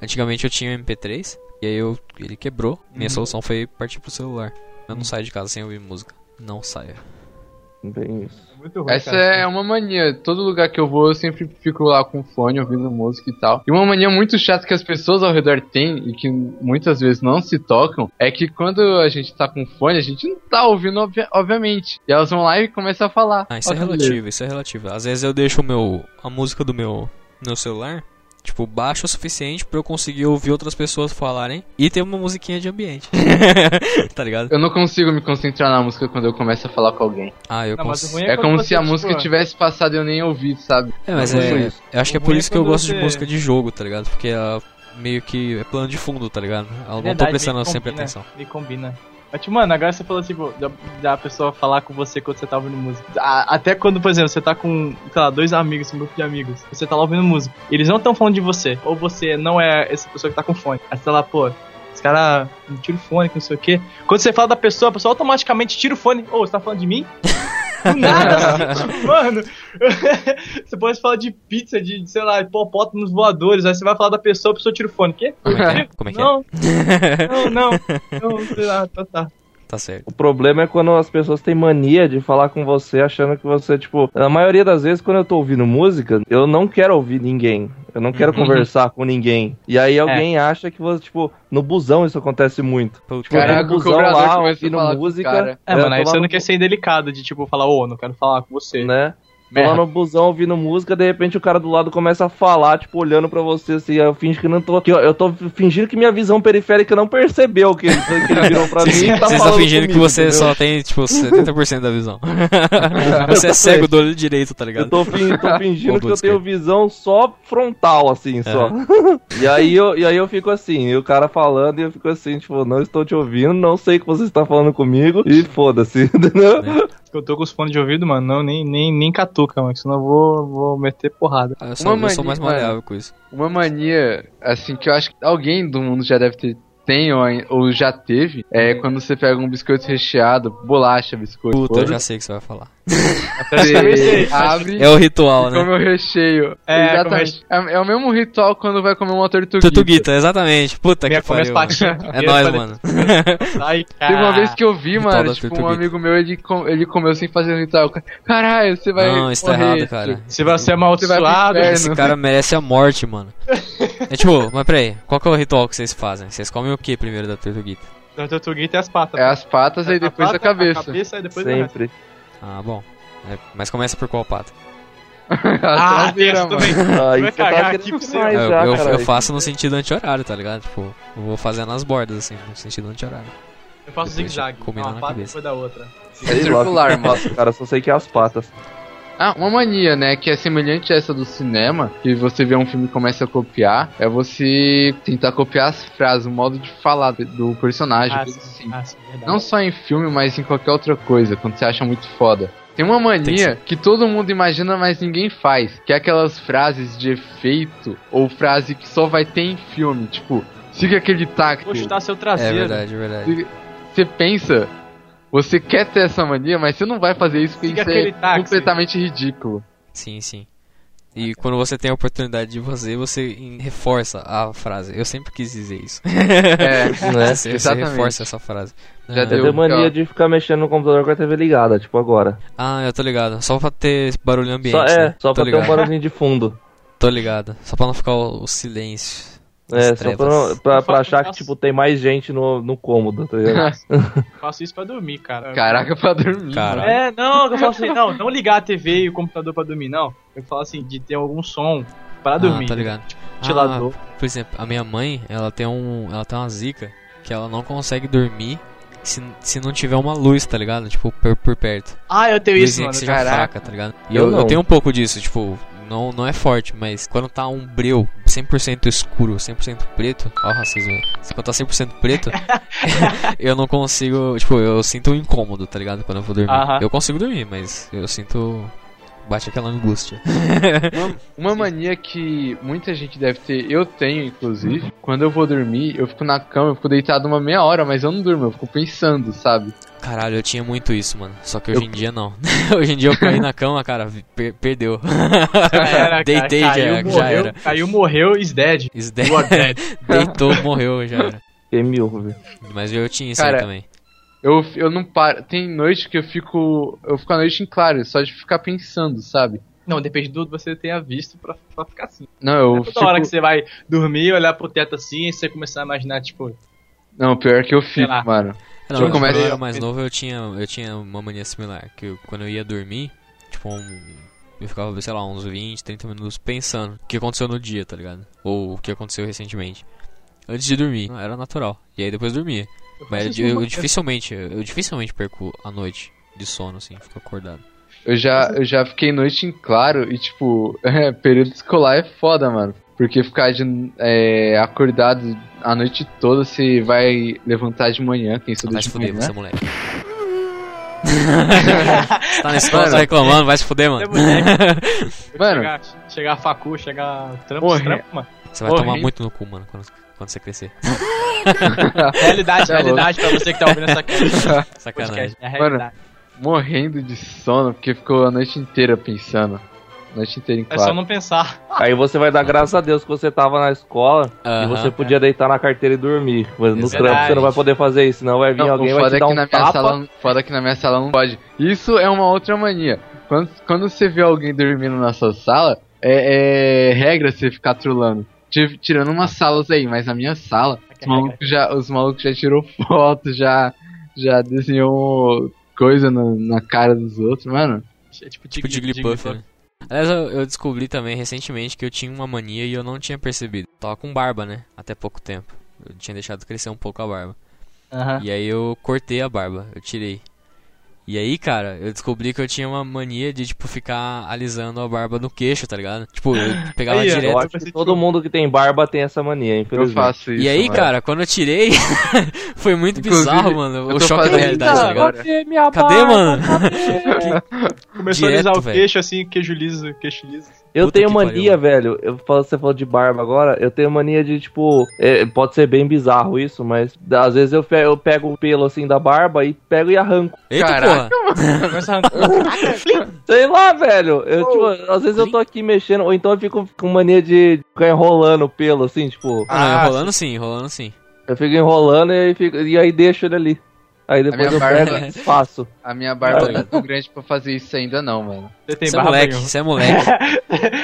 Antigamente eu tinha o MP3, e aí eu, ele quebrou. Minha Uhum. solução foi partir pro celular. Eu não saio de casa sem ouvir música. Não saio. Bem isso. Muito ruim, Essa cara. é uma mania. Todo lugar que eu vou, eu sempre fico lá com fone, ouvindo música e tal. E uma mania muito chata que as pessoas ao redor têm e que muitas vezes não se tocam é que quando a gente tá com fone, a gente não tá ouvindo, obvia- obviamente. E elas vão lá e começam a falar. Ah, isso é Olha que beleza. relativo, isso é relativo. Às vezes eu deixo o meu a música do meu meu celular, tipo, baixa o suficiente pra eu conseguir ouvir outras pessoas falarem e ter uma musiquinha de ambiente. tá ligado? Eu não consigo me concentrar na música quando eu começo a falar com alguém. Ah, eu Não, mas o consigo. ruim É, quando como você, se a tipo, música tivesse passado e eu nem ouvi, sabe? É, mas Não, é, isso. eu acho que é O por ruim é isso que eu quando gosto de você- música de jogo, tá ligado? Porque ela meio que é plano de fundo, tá ligado? Eu não tô Verdade, prestando meio que sempre combina, atenção. meio que combina. Mas, tipo, mano, agora você falou, tipo, da, da pessoa falar com você quando você tá ouvindo música. A- até quando, por exemplo, você tá com, sei lá, dois amigos, um grupo de amigos, você tá lá ouvindo música. e eles não estão falando de você, ou você não é essa pessoa que tá com fone. Aí você tá lá, pô, esse cara me tira o fone, que não sei o quê. Quando você fala da pessoa, a pessoa automaticamente tira o fone. Ô, você tá falando de mim? Do nada, assim, tipo, mano. você pode falar de pizza, de, sei lá, hipopótamos voadores. Aí você vai falar da pessoa, a pessoa tira o fone. Quê? Como é que é? Como é que é? Não, não, não, não, sei lá, tá, tá. Tá certo. O problema é quando as pessoas têm mania de falar com você achando que você, tipo, na maioria das vezes quando eu tô ouvindo música, eu não quero ouvir ninguém. Eu não quero conversar com ninguém. E aí alguém acha que você, tipo, no busão isso acontece muito. Puta, Tipo, eu tô Caraca, no o busão cobrador começa lá, a ouvindo falar com o cara. música. um É, mano, aí eu tô você lá não um quer ser indelicado de tipo falar, ô, não quero falar com você. no- né? Tô Merda. lá no busão ouvindo música, de repente o cara do lado começa a falar, tipo, olhando pra você assim, eu finge que não tô. Que eu, eu tô fingindo que minha visão periférica não percebeu que, que ele virou pra mim e tá Vocês falando estão fingindo comigo, que você entendeu? só tem, tipo, 70% da visão. você é cego do olho direito, tá Eu ligado? tô, fin- tô fingindo Ou que do eu tenho esquerdo. visão só frontal, assim, É. só. e, aí eu, e aí eu fico assim, e o cara falando, e eu fico assim, tipo, não estou te ouvindo, não sei o que você está falando comigo, e foda-se, entendeu? Eu tô com os fones de ouvido, mano, não, nem, nem, nem catuca, mano, que senão eu vou, vou meter porrada. Ah, eu, sou, Uma eu sou mais mania, maleável com isso. Uma mania, assim, que eu acho que alguém do mundo já deve ter, tem ou, ai- Uhum. ou já teve, é quando você pega um biscoito recheado, bolacha, biscoito. Puta, eu bolo, já sei o que você vai falar. Você abre É o ritual, e come né? o recheio. É, Exatamente. É, é o mesmo ritual quando vai comer um uma tortuguita. Tutuguita, exatamente. Puta Minha tá que come as pariu. mano. patinhas. É nóis, mano. Ai, cara. Teve uma vez que eu vi, Ritual mano, da tipo, um tortuguita. amigo meu, ele, com- ele comeu sem fazer o ritual. Caralho, você vai Não, isso tá morrer, errado, tipo. cara. Se você é Você amaldiçoado, vai pro você Esse cara merece a morte, mano. É tipo, mas peraí, qual que é o ritual que vocês fazem? Vocês comem o que primeiro da tortuguita? então tem tortuguita e as patas. É as patas e depois a, pata, tá cabeça. A cabeça e é. depois a Sempre. Ah, bom. É, mas começa por qual pata? A Ah, traseira, essa mano. também. Aí Vai você tá cagar querendo aqui pra você. É, mais eu, já, eu- cara. eu faço no sentido anti-horário, tá ligado? Tipo, eu vou fazer nas bordas, assim, no sentido anti-horário. Eu faço Depois zigue-zague. combina Uma na pata cabeça. depois da outra. É Sei lá o que circular, que eu mano. faço, assim, Cara, só sei que é as patas. Ah, uma mania, né, que é semelhante a essa do cinema, que você vê um filme e começa a copiar, é você tentar copiar as frases, o modo de falar do- do personagem, Ah, coisa sim. assim. Ah, sim, verdade. Não só em filme, mas em qualquer outra coisa, quando você acha muito foda. Tem uma mania que todo mundo imagina, mas ninguém faz, que é aquelas frases de efeito ou frase que só vai ter em filme, tipo, siga aquele Vou tacto. chutar seu É traseiro. verdade, é verdade. Siga- Você pensa, você quer ter essa mania, mas você não vai fazer isso porque Siga isso aquele é táxi. completamente ridículo. Sim, sim. E quando você tem a oportunidade de fazer, você em- reforça a frase. Eu sempre quis dizer isso. É, Né? Você, você Exatamente. reforça essa frase. Já Ah, deu. Eu Eu- tenho mania eu- de ficar mexendo no computador com a TV ligada, tipo agora. Ah, eu tô ligado. Só pra ter barulho ambiente. Só, é, né? só tô pra ter ligado. um barulhinho de fundo. Tô ligado. Só pra não ficar o, o silêncio. as É, só pra, trevas. não- pra, Eu pra faço- achar que, faço. tipo, tem mais gente no, no cômodo, tá ligado? Faço isso pra dormir, cara. caraca, pra dormir. Cara. mano. É, não, eu falo assim, não, não ligar a TV e o computador pra dormir, não. Eu falo assim, de ter algum som pra dormir. Ah, tá ligado. Ventilador. Ah, por exemplo, a minha mãe, ela tem um. Ela tem uma zica que ela não consegue dormir se, se não tiver uma luz, tá ligado? Tipo, por, por perto. Ah, eu tenho isso, Luzinha é mano. que seja Caraca. fraca, tá ligado? E Eu eu, eu não. tenho um pouco disso, tipo, não, não é forte, mas quando tá um breu 100% escuro, 100% preto, ó o racismo, aí. quando tá 100% preto, eu não consigo, tipo, eu sinto um incômodo, tá ligado? Quando eu vou dormir. Aham. Eu consigo dormir, mas eu sinto... Bate aquela angústia. Uma mania que muita gente deve ter, eu tenho inclusive, quando eu vou dormir, eu fico na cama, eu fico deitado uma meia hora, mas eu não durmo, eu fico pensando, sabe? Caralho, eu tinha muito isso, mano. Só que hoje Eu- em dia não. hoje em dia eu caí na cama, cara, vi- per- perdeu. Era, cara, Deitei já, caiu, já morreu, era. Caiu, morreu, is dead. Isso You are dead. deitou, morreu, já era. Fiquei miúdo, velho. Mas eu tinha isso Cara, aí também. Eu, eu não paro, tem noite que eu fico, eu fico a noite em claro, só de ficar pensando, sabe? Não, depende do que você tenha visto pra, pra ficar assim. Não, eu Toda fico... hora que você vai dormir, olhar pro teto assim e você começar a imaginar, tipo, Não, pior que eu fico, lá. mano. Não, Eu mas comecei- quando eu era mais novo, eu tinha, eu tinha uma mania similar. Que eu- quando eu ia dormir, tipo, um- eu ficava, sei lá, uns 20, 30 minutos pensando o que aconteceu no dia, tá ligado? Ou o que aconteceu recentemente. Antes de dormir, não, era natural. E aí depois dormia. eu faço Mas isso eu, eu numa- dificilmente, eu, eu dificilmente perco a noite de sono, assim, fico acordado. Eu já, eu já fiquei noite em claro e, tipo, é, período escolar é foda, mano. Porque ficar de, é, acordado a noite toda, você vai levantar de manhã, quem estuda Vai se de fuder, manhã. você é moleque. você tá na escola, tá reclamando, vai se fuder, mano. É moleque. Mano. Chegar, chegar a facu, chegar trampo, Morrer. trampo, mano. Você vai tomar Horrível. muito no cu, mano, quando, quando você crescer. Realidade, Tá louco. realidade pra você que tá ouvindo essa podcast. Sacanagem. É a realidade. Morrendo de sono, porque ficou a noite inteira pensando. A noite inteira em É só claro. não pensar. Aí você vai dar graças a Deus que você tava na escola e Aham. É você podia deitar na carteira e dormir. Mas no Verdade. trampo você não vai poder fazer isso, não. Vai vir Não, alguém o vai foda te é dar que um na tapa. minha sala, não- foda é que na minha sala não pode. Isso é uma outra mania. Quando, quando você vê alguém dormindo na sua sala, é, é regra você ficar trulando. Tive- Tirando umas salas aí, mas na minha sala, os malucos já, os malucos já tirou foto, já, já desenhou coisa na, na cara dos outros, mano. É tipo, Tipo de Jigglypuff, né? Aliás, eu, eu descobri também recentemente que eu tinha uma mania e eu não tinha percebido. Tava com barba, né? Até pouco tempo. Eu tinha deixado crescer um pouco a barba. Ah. Aham. E aí eu cortei a barba, eu tirei. E aí, cara, eu descobri que eu tinha uma mania de, tipo, ficar alisando a barba no queixo, tá ligado? Tipo, eu pegava Aí, é ó. Eu direto. acho que tipo todo mundo que tem barba tem essa mania, Eu infelizmente. faço isso. E aí, mano. cara, quando eu tirei, foi muito Inclusive, bizarro, mano. eu O tô choque da fazendo realidade, isso tá ligado? agora. minha Cadê, mano? Começou a Direto, alisar o velho. queixo assim, queijo liso, queixo liso. Eu Puta tenho que mania, pariu. velho. Eu falo, você falou de barba agora. Eu tenho mania de, tipo. é, pode ser bem bizarro isso, mas às vezes eu, pe- eu pego o pelo assim da barba e pego e arranco. Eita Caraca, porra! Começa a arrancar. Sei lá, velho. Eu, tipo, às vezes eu tô aqui mexendo, ou então eu fico com mania de ficar enrolando o pelo, assim, tipo. Ah, não, Ah, enrolando sim, enrolando sim. Eu fico enrolando e aí, fico- e aí deixo ele ali. Aí depois minha eu barba pego é- e faço. A minha barba não é tão grande pra fazer isso ainda não, mano. Você tem Você é barba moleque, nenhuma. você é moleque.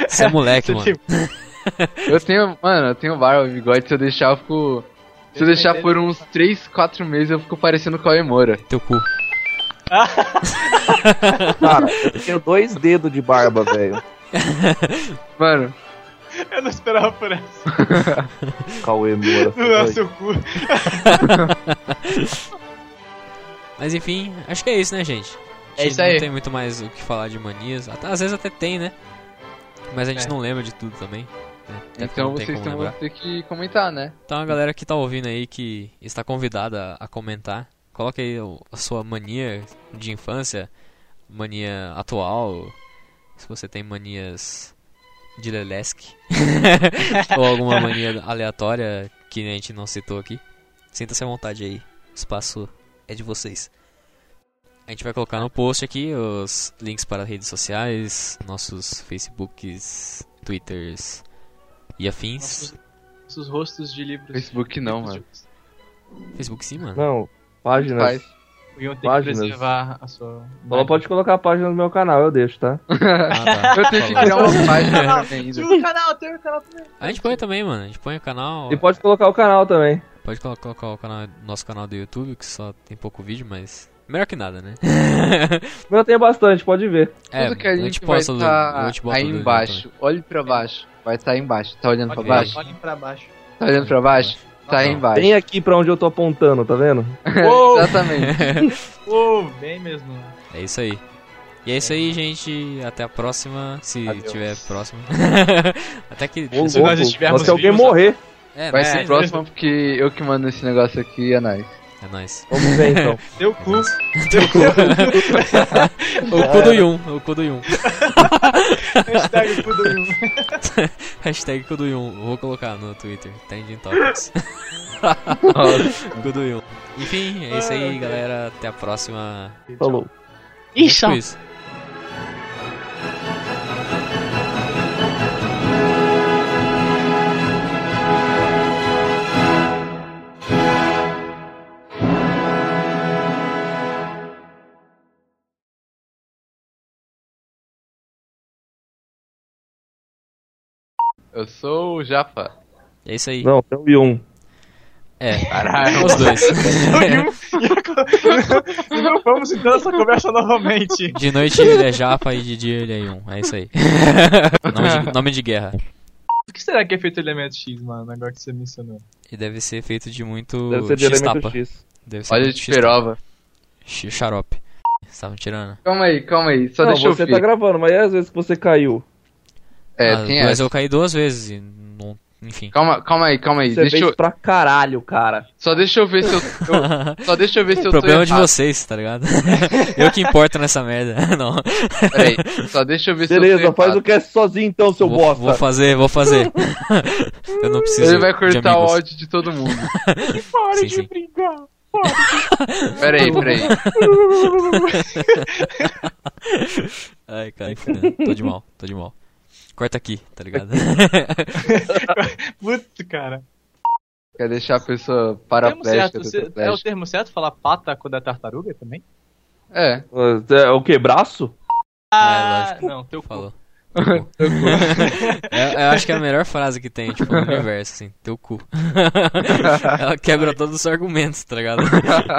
Você é moleque, Você mano. tem- Eu tenho, mano, eu tenho barba, bigode, se eu deixar eu fico... Se eu deixar por uns 3, 4 meses eu fico parecendo Cauê Moura. Teu cu. Cara, eu tenho dois dedos de barba, velho. Mano, Eu não esperava por essa. Cauê Moura. Não é o seu cu. Mas enfim, acho que é isso, né, gente? É Acho isso que aí. Não tem muito mais o que falar de manias. Até- às vezes até tem, né? Mas a gente não lembra de tudo também. né? Até porque É. então não tem vocês como tão- lembrar. vão ter que comentar, né? Então a galera que tá ouvindo aí, que está convidada a comentar, coloca aí o- a sua mania de infância, mania atual, se você tem manias de lelesque, ou alguma mania aleatória que a gente não citou aqui. Sinta-se à vontade aí, o espaço é de vocês. A gente vai colocar no post aqui os links para as redes sociais, nossos Facebooks, Twitters e afins. Nossos, nossos rostos de livros. Facebook não, mano. Facebook sim, mano. Não, páginas. Faz. O Ion tem que Páginas. preservar a sua. Ela pode colocar a página no meu canal, eu deixo, tá? Ah, tá. Eu tenho que criar um uma página pra mim ainda. Tem o canal, tem um o canal também. A gente põe também, mano. A gente põe o canal. E pode colocar o canal também. Pode colo- colocar o canal, nosso canal do YouTube, que só tem pouco vídeo, mas. Melhor que nada, né? O meu tem bastante, pode ver. é, Tudo que a gente vai do- tá eu te boto aí do- do- embaixo. Olhe pra baixo. Vai estar aí embaixo. Tá olhando pra pra baixo? Olhem pra baixo. Tá olhando pra baixo? Tá aí Não. embaixo. Tem aqui pra onde eu tô apontando, tá vendo? Uou, Exatamente. uou, bem mesmo. É isso aí. E é isso aí, gente. Até a próxima. Se Adeus. tiver próxima. Até que. Ô, Se nós louco, estivermos se alguém vivos, morrer, É, Vai é, ser É, próximo porque eu que mando esse negócio aqui é nóis. é nóis. vamos ver então. Teu cu. O cu do Yun. O cu do Yun. Hashtag cu do Ion. Hashtag cu do Yun. Vou colocar no Twitter. Trending Topics. cu do Yun. Enfim, é isso aí, galera. Até a próxima. Falou. Isso. Eu sou o Japa. É isso aí. Não, tem o um. Yun. É, Caralho. os dois. E não vamos então essa conversa novamente. De noite ele é japa e de dia ele é Yun. É isso aí. nome, de, nome de guerra. O que será que é feito elemento X, mano, agora que você mencionou? E deve ser feito de muito Deve ser de elemento X-tapa. X. Deve ser Olha muito de X-tapa. perova. X- Xarope. Estavam tirando. né? Calma aí, calma aí. Só Não, deixa eu você ver. tá gravando, mas e às vezes que você caiu? É, Ah, tem mas essa. eu caí duas vezes e não. Enfim. Calma, calma aí, calma aí. Você Deixa fez eu... pra caralho, cara. Só deixa eu ver se eu... eu- Só deixa eu ver se eu tô Problema de errado. vocês, tá ligado? eu que importo nessa merda. Não. Peraí, só deixa eu ver se eu Beleza, tô errado. faz o cast sozinho então, seu vou, bosta. vou fazer, vou fazer. eu não preciso. Ele vai de cortar o amigos. áudio de todo mundo. Para Sim, de sim. brigar. Peraí, peraí. Ai, cara, fudendo. Tô de mal, tô de mal. Corta aqui, tá ligado? Puto, cara. Quer deixar a pessoa Termo certo, paraplégica, você- é o tetraplégica. termo certo falar pata com da tartaruga também? É. É, o que? Braço? Ah, não, teu cu. Falou. eu, eu acho que é a melhor frase que tem, tipo, no universo, assim, teu cu. Ela quebra todos os argumentos, tá ligado?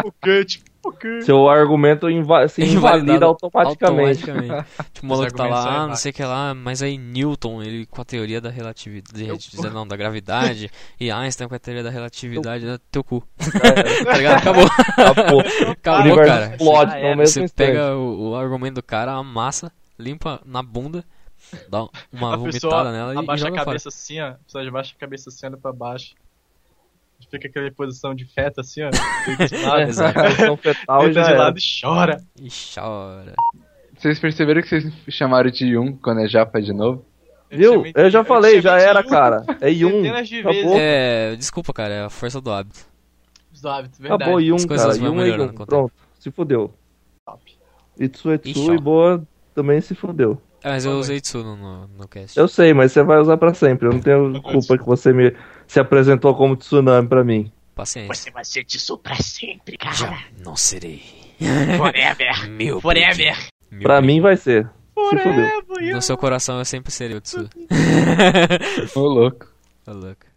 O quê? Tipo, o quê? Seu argumento inva se invalida Invalidado automaticamente. automaticamente. Tipo, o maluco tá argumentos lá, são ah, não errados. sei o que lá, mas aí Newton, ele com a teoria da relatividade, não, da gravidade, e Einstein com a teoria da relatividade, né, teu cu. É. tá ligado? Acabou, Acabou. O acabou, universo cara. explode Ah, é, no mesmo Você instante. pega o, o argumento do cara, amassa, limpa na bunda, dá uma A vomitada pessoa nela e, e abaixa a joga fora. cabeça assim, ó. A pessoa abaixa a cabeça assim, olha pra baixo. Fica aquela posição de feto assim, ó. Deita de lado, Exato. Posição fetal e deita já de era. lado e chora. E chora. Vocês perceberam que vocês chamaram de Yun quando é japa de novo? Viu? chamei- Eu já falei, eu já chamei de era, Yun cara. É Yun. Centenas de Acabou. vezes. É, desculpa, cara, é a força do hábito. Os hábitos, verdade. Acabou Yun, As coisas cara. vão Yun é melhorando Yun. com o Pronto, se fudeu. Top. Itsu Ixi, ó. Etsu e Boa também se fudeu. Ah, mas eu usei Tsu no, no, no cast. Eu sei, mas você vai usar pra sempre. Eu não tenho culpa que você me se apresentou como tsunami pra mim. Paciência. vai ser disso pra sempre, cara. é Já não serei. Forever. Meu Forever. bem. Meu Pra bem. mim vai ser. Se fudeu. Forever. No seu coração eu sempre serei o Tsu. Ô, louco. Tá louco.